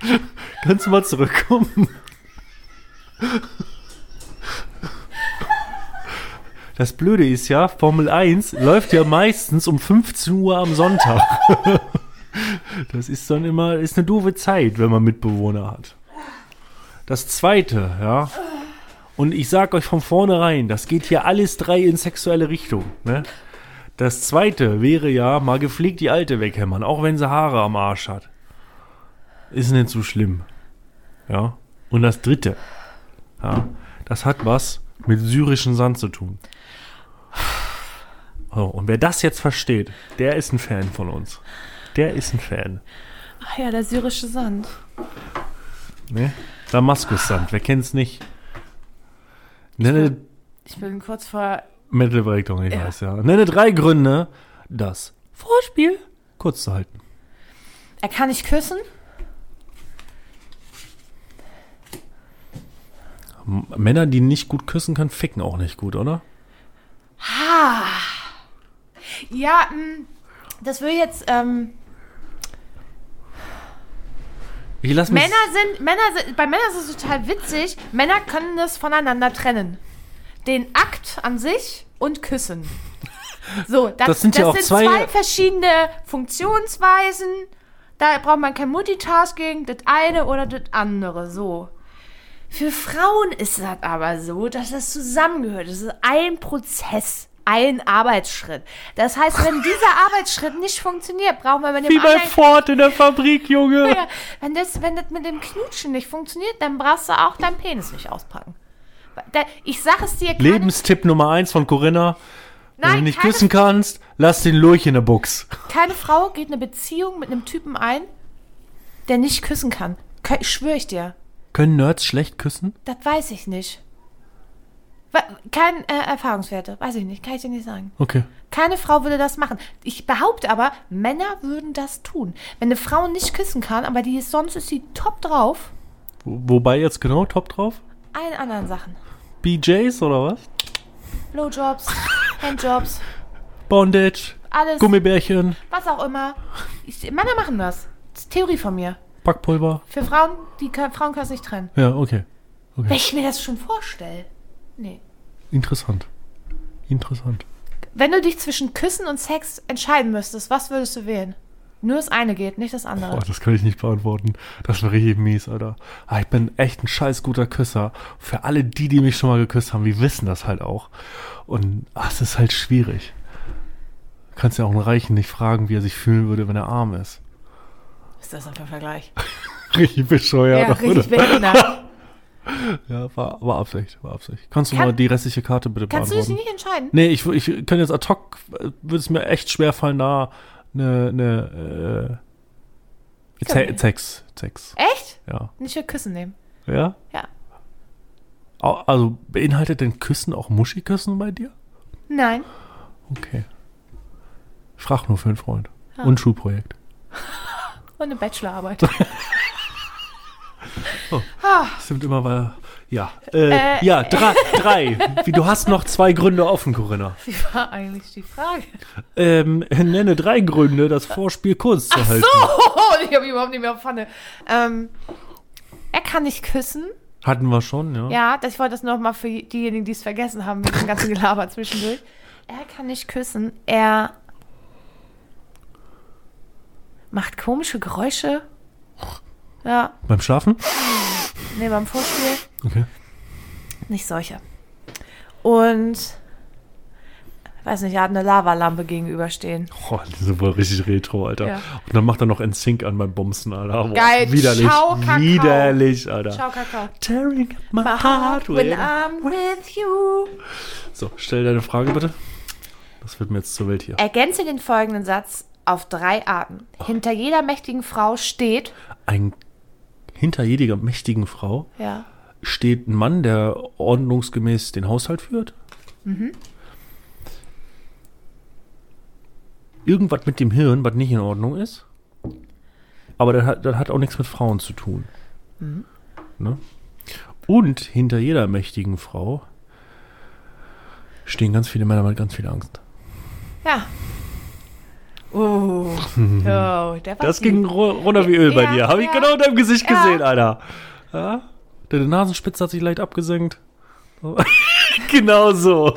C: (laughs) Kannst du mal zurückkommen? Das Blöde ist ja, Formel 1 läuft ja meistens um 15 Uhr am Sonntag. Das ist dann immer, ist eine doofe Zeit, wenn man Mitbewohner hat. Das zweite, ja. Und ich sag euch von vornherein, das geht hier alles drei in sexuelle Richtung, ne? Das zweite wäre ja, mal gepflegt die Alte weghämmern, auch wenn sie Haare am Arsch hat. Ist nicht so schlimm. Ja. Und das dritte, ja, das hat was mit syrischem Sand zu tun. So, und wer das jetzt versteht, der ist ein Fan von uns. Der ist ein Fan.
B: Ach ja, der syrische Sand.
C: Ne? Damaskussand, wer kennt's nicht? Nenne
B: Ich bin kurz vor.
C: Metal Breakdown, ich weiß ja. Nenne drei Gründe, das Vorspiel kurz zu halten.
B: Er kann nicht küssen?
C: M Männer, die nicht gut küssen können, ficken auch nicht gut, oder?
B: Ja, mh, das will jetzt. Ähm,
C: Ich lass mich.
B: Männer sind, Männer sind, bei Männern ist es total witzig. Männer können das voneinander trennen. Den Akt an sich und
C: (laughs)
B: Küssen. So, das,
C: Das sind ja auch zwei-
B: verschiedene Funktionsweisen. Da braucht man kein Multitasking, das eine oder das andere. So. Für Frauen ist das aber so, dass das zusammengehört. Das ist ein Prozess, ein Arbeitsschritt. Das heißt,
C: (laughs)
B: wenn dieser Arbeitsschritt nicht funktioniert, brauchen wir mit dem
A: Wie bei
B: anderen
A: Ford in der Fabrik, Junge.
B: Ja, wenn das, wenn das mit dem Knutschen nicht funktioniert, dann brauchst du auch deinen Penis nicht auspacken. Da- Ich sag es dir, keine-
C: Lebenstipp Nummer 1 von Corinna. Wenn du
B: nein,
C: also nicht
B: keine,
C: küssen kannst, lass den Lurch in der Box.
B: keine Frau geht eine Beziehung mit einem Typen ein, der nicht küssen kann. Kö- Schwör ich dir.
C: Können Nerds schlecht küssen?
B: Das weiß ich nicht. Wa- Kein äh, Erfahrungswerte, weiß ich nicht, kann ich dir nicht sagen.
C: Okay.
B: Keine Frau würde das machen. Ich behaupte aber, Männer würden das tun. Wenn eine Frau nicht küssen kann, aber die ist sonst ist sie top drauf,
C: Wo- Wobei jetzt genau top drauf?
B: allen anderen Sachen.
C: BJs oder was? (laughs)
B: Blowjobs, Handjobs,
C: Bondage,
B: alles.
C: Gummibärchen,
B: was auch immer. Ich, Männer machen das. das ist Theorie von mir.
C: Backpulver.
B: Für Frauen, die können, Frauen können es nicht trennen.
C: Ja, okay.
B: Wenn ich mir das schon vorstelle. Nee.
C: Interessant. Interessant.
B: Wenn du dich zwischen Küssen und Sex entscheiden müsstest, was würdest du wählen? Nur das eine geht, nicht das andere.
C: Boah, das kann ich nicht beantworten. Das war richtig mies, Alter. Ah, ich bin echt ein scheiß guter Küsser. Für alle die, die mich schon mal geküsst haben, die wissen das halt auch. Und ah, es ist halt schwierig. Du kannst ja auch einen Reichen nicht fragen, wie er sich fühlen würde, wenn er arm ist. (laughs)
B: ist das denn für ein Vergleich?
C: Richtig
B: Ja,
C: bescheuert,
B: richtig
C: oder?
B: behindert.
C: Ja, war, war Absicht, war Absicht. Kannst du
B: Kann-
C: mal die restliche Karte bitte
B: Kannst du dich
C: beantworten?
B: nicht entscheiden?
C: Nee, ich, ich könnte jetzt ad hoc, äh, würde es mir echt schwer fallen, da eine, eine, äh, Ze-
B: Können wir.
C: Sex, Sex,
B: Echt?
C: ja.
B: Nicht für Küssen nehmen.
C: Ja?
B: Ja.
C: Au- Also beinhaltet denn Küssen auch Muschiküssen bei dir?
B: Nein.
C: Okay. Ich frag nur für einen Freund.
B: Ah.
C: Und Schulprojekt.
B: Und eine Bachelorarbeit.
C: Das sind immer mal, ja. Äh,
B: Äh,
C: ja, drei, drei. Wie, du hast noch zwei Gründe offen, Corinna.
B: Wie war eigentlich die Frage?
C: Ähm, nenne drei Gründe, das Vorspiel kurz zu halten.
B: Oh, (laughs) ich habe überhaupt nicht mehr auf Pfanne. Ähm, er kann nicht küssen.
C: Hatten wir schon, ja.
B: Ja, das, ich wollte das nochmal für diejenigen, die es vergessen haben, mit dem ganzen Gelaber zwischendurch. Er kann nicht küssen. Er macht komische Geräusche. Ja,
C: Beim Schlafen?
B: nee, beim Vorspiel
C: Okay.
B: nicht solche. Und, weiß nicht, er hat eine Lavalampe gegenüberstehen.
C: Oh, das ist aber richtig retro, Alter.
B: Ja.
C: Und dann macht er noch ein Sync an beim Bomsen, Alter. Boah,
B: Geil.
C: Widerlich.
B: Ciao, Kakao.
C: widerlich, Alter.
B: Ciao, Kakao.
C: Tearing up my,
B: My heart when
C: when
B: I'm with you.
C: So, stell deine Frage bitte. Das wird mir jetzt zur Welt hier.
B: Ergänze den folgenden Satz auf drei Arten. Hinter jeder mächtigen Frau steht.
C: Ein hinter jeder mächtigen Frau
B: Ja.
C: steht ein Mann, der ordnungsgemäß den Haushalt führt. Irgendwas mit dem Hirn, was nicht in Ordnung ist. Aber das hat, das hat auch nichts mit Frauen zu tun. Ne? Und hinter jeder mächtigen Frau stehen ganz viele Männer mit ganz viel Angst.
B: Ja. (laughs) Oh, oh der war
C: Das
B: tief.
C: ging ru- runter wie Öl bei
B: Ja,
C: dir. Habe ich
B: ja.
C: genau in deinem Gesicht
B: Ja.
C: gesehen, Alter. Ja? Deine Nasenspitze hat sich leicht abgesenkt. (laughs) genau so.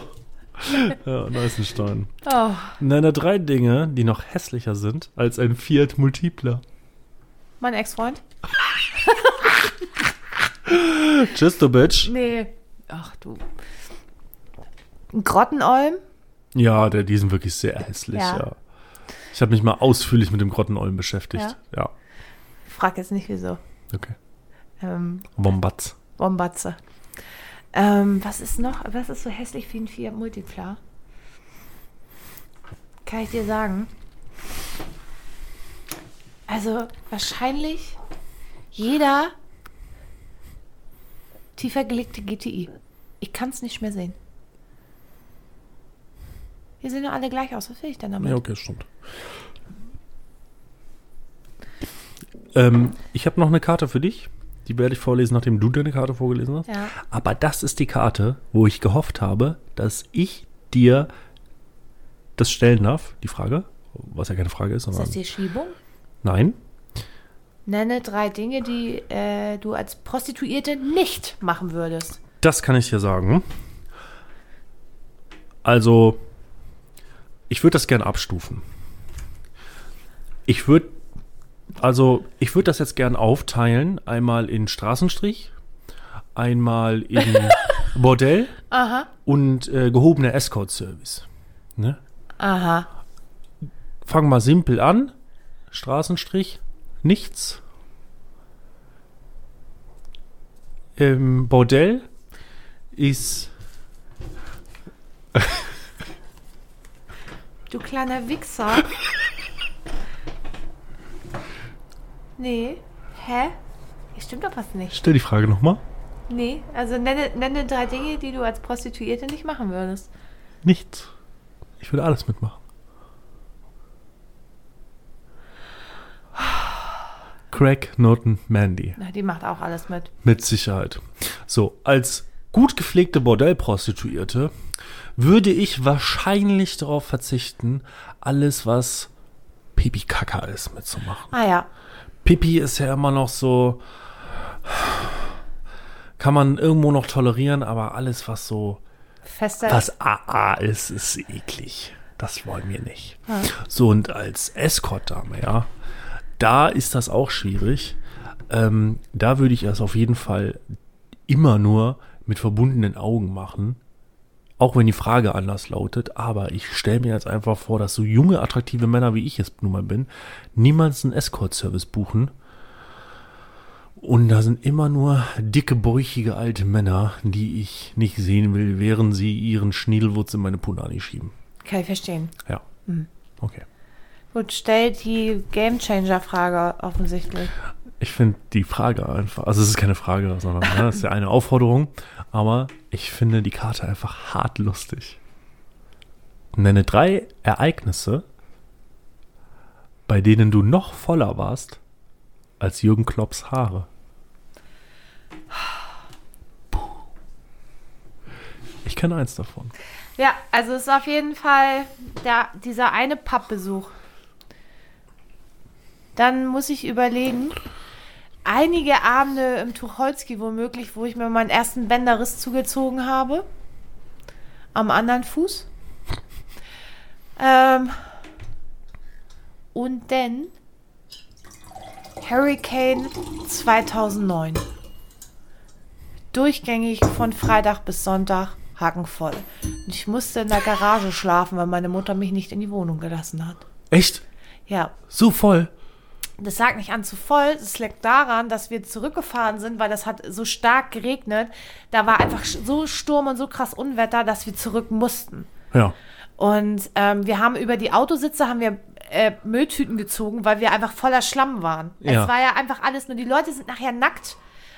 C: Ja, Neusenstein.
B: Oh.
C: Nenne drei Dinge, die noch hässlicher sind als ein Fiat Multipler.
B: Mein Ex-Freund?
C: Tschüss, du Bitch.
B: Nee. Ach du. Ein Grottenolm?
C: Ja, der, die sind wirklich sehr hässlich, ja.
B: Ja.
C: Ich habe mich mal ausführlich mit dem Grottenolm beschäftigt. Ja.
B: Ich frag jetzt nicht wieso.
C: Okay.
B: Ähm,
C: Wombatz.
B: Bombatze. Ähm, was ist noch? Was ist so hässlich wie ein Fiat Multipla? Kann ich dir sagen? Also wahrscheinlich jeder tiefer gelegte GTI. Ich kann es nicht mehr sehen. Wir sehen doch alle gleich aus. Was will ich denn damit?
C: Ja, okay, stimmt. Ähm, ich habe noch eine Karte für dich. Die werde ich vorlesen, nachdem du deine Karte vorgelesen hast.
B: Ja.
C: Aber das ist die Karte, wo ich gehofft habe, dass ich dir das stellen darf, die Frage. Was ja keine Frage ist,
B: Ist
C: sondern.
B: das die Schiebung?
C: nein.
B: Nenne drei Dinge, die äh, du als Prostituierte nicht machen würdest.
C: Das kann ich dir sagen. Also, ich würde das gern abstufen. Ich würde, also, ich würde das jetzt gern aufteilen, einmal in Straßenstrich, einmal im Bordell
B: Aha.
C: und äh, gehobener Escort-Service. Ne?
B: Aha.
C: Fang mal simpel an. Straßenstrich, nichts. Im Ähm, Bordell ist
B: Du kleiner Wichser. nee. Hä? Hier stimmt doch was nicht.
C: Stell die Frage nochmal.
B: Nee. Also nenne, nenne drei Dinge, die du als Prostituierte nicht machen würdest.
C: Nichts. Ich würde alles mitmachen. Craig Norton Mandy.
B: Na, die macht auch alles mit.
C: Mit Sicherheit. So, als gut gepflegte Bordellprostituierte würde ich wahrscheinlich darauf verzichten, alles, was Pipi Kaka ist, mitzumachen.
B: Ah ja.
C: Pipi ist ja immer noch so. Kann man irgendwo noch tolerieren, aber alles, was so
B: Fester.
C: was AA ist, ist eklig. Das wollen wir nicht. So, und als Escort-Dame, ja, da ist das auch schwierig. Ähm, da würde ich das auf jeden Fall immer nur mit verbundenen Augen machen. Auch wenn die Frage anders lautet, aber ich stelle mir jetzt einfach vor, dass so junge, attraktive Männer, wie ich es nun mal bin, niemals einen Escort-Service buchen. Und da sind immer nur dicke, bäuchige alte Männer, die ich nicht sehen will, während sie ihren Schniedelwurz in meine Punani schieben.
B: Kann ich verstehen.
C: Ja. Okay.
B: Gut, stell die Game Changer Frage offensichtlich.
C: Ich finde die Frage einfach, also es ist keine Frage, sondern ne, es ist ja eine Aufforderung, aber ich finde die Karte einfach hart lustig. Nenne drei Ereignisse, bei denen du noch voller warst als Jürgen Klopps Haare. Ich kenne eins davon.
B: Ja, also es ist auf jeden Fall der, dieser eine Pappbesuch. Dann muss ich überlegen, einige Abende im Tucholsky womöglich, wo ich mir meinen ersten Bänderriss zugezogen habe. Am anderen Fuß. Ähm, und dann Hurricane 2009. Durchgängig von Freitag bis Sonntag hakenvoll. Und ich musste in der Garage schlafen, weil meine Mutter mich nicht in die Wohnung gelassen hat.
C: Echt?
B: Ja,
C: So voll?
B: das lag nicht an zu voll, das lag daran, dass wir zurückgefahren sind, weil das hat so stark geregnet. Da war einfach sch- so Sturm und so krass Unwetter, dass wir zurück mussten.
C: Ja.
B: Und ähm, wir haben über die Autositze haben wir äh, Mülltüten gezogen, weil wir einfach voller Schlamm waren.
C: Ja.
B: Es war ja einfach alles nur. Die Leute sind nachher nackt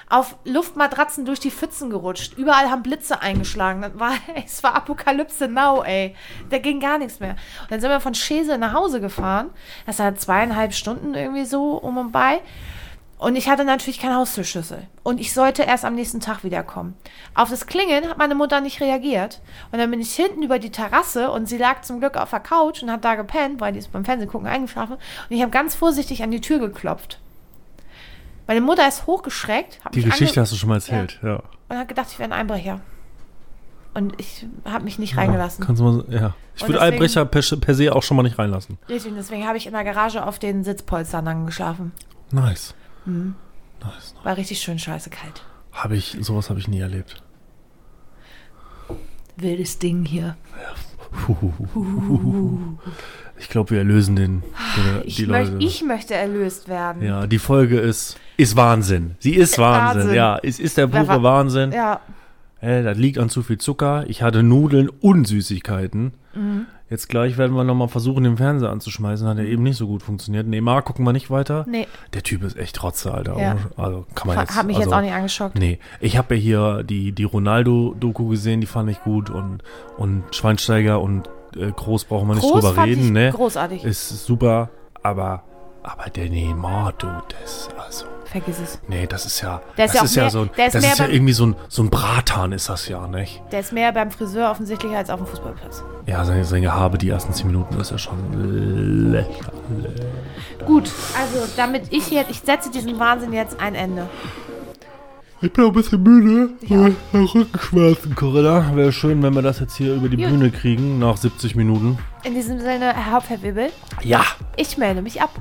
B: auf Luftmatratzen durch die Pfützen gerutscht. Überall haben Blitze eingeschlagen. Das war, (laughs) es war Apokalypse now, ey. Da ging gar nichts mehr. Und dann sind wir von Schese nach Hause gefahren. Das war zweieinhalb Stunden irgendwie so um und bei. Und ich hatte natürlich keinen Haustürschlüssel. Und ich sollte erst am nächsten Tag wiederkommen. Auf das Klingeln hat meine Mutter nicht reagiert. Und dann bin ich hinten über die Terrasse und sie lag zum Glück auf der Couch und hat da gepennt, weil die ist beim Fernsehen gucken eingeschlafen. Und ich habe ganz vorsichtig an die Tür geklopft. Meine Mutter ist hochgeschreckt. Hat
C: Die
B: mich
C: Geschichte
B: ange-
C: hast du schon mal erzählt, ja.
B: Und hat gedacht, ich wäre ein Einbrecher. Und ich habe mich nicht reingelassen.
C: Kannst du mal, so- ja. Ich
B: Und deswegen-
C: würde Albrecher per, per se auch schon mal nicht reinlassen.
B: Richtig, und deswegen habe ich in der Garage auf den Sitzpolstern angeschlafen.
C: Nice.
B: Mhm.
C: Nice.
B: War richtig schön scheiße kalt.
C: Habe ich, sowas habe ich nie erlebt.
B: Wildes Ding hier.
C: Ich glaube, wir erlösen den, den
B: Ah, Ich,
C: die
B: möcht,
C: Leute.
B: ich möchte erlöst werden.
C: ja, die Folge ist, ist Wahnsinn. Sie ist Wahnsinn.
B: Wahnsinn.
C: Ja, es ist der
B: Wer
C: pure
B: wa-
C: Wahnsinn.
B: Ja,
C: Äh, das liegt an zu viel Zucker. Ich hatte Nudeln und Süßigkeiten.
B: Mhm.
C: Jetzt gleich werden wir nochmal versuchen, den Fernseher anzuschmeißen. Hat ja eben nicht so gut funktioniert. Neymar gucken wir nicht weiter.
B: Nee.
C: Der Typ ist echt Trotze, Alter.
B: Ja.
C: Also kann man jetzt.
B: hat mich
C: also,
B: jetzt auch nicht angeschockt.
C: Nee, ich habe ja hier die, die Ronaldo-Doku gesehen, die fand ich gut und, und Schweinsteiger und äh, Groß brauchen wir nicht
B: Groß
C: drüber
B: fand ich
C: reden, ne?
B: großartig.
C: Ist super, aber, aber der Neymar, du, das, also,
B: Vergiss es.
C: nee, das ist ja,
B: Der ist
C: das
B: ja auch
C: ist ja
B: mehr-
C: so, ein-
B: der ist
C: das
B: mehr
C: ist ja
B: beim-
C: irgendwie so ein, so ein Bratan ist das ja, nicht?
B: Der ist mehr beim Friseur offensichtlich als auf dem Fußballplatz.
C: Ja, sein, sein Gehabe, die ersten zehn Minuten, das ist ja schon lächerlich.
B: Gut, also damit ich jetzt, ich setze diesem Wahnsinn jetzt ein Ende.
C: Ich bin auch ein bisschen müde. Ja. Rückenschmerzen, Corinna. Wäre schön, wenn wir das jetzt hier über die
B: Gut.
C: Bühne kriegen, nach 70 Minuten.
B: In diesem Sinne, Herr Hauptherr Wibbel,
C: Ja,
B: ich melde mich ab.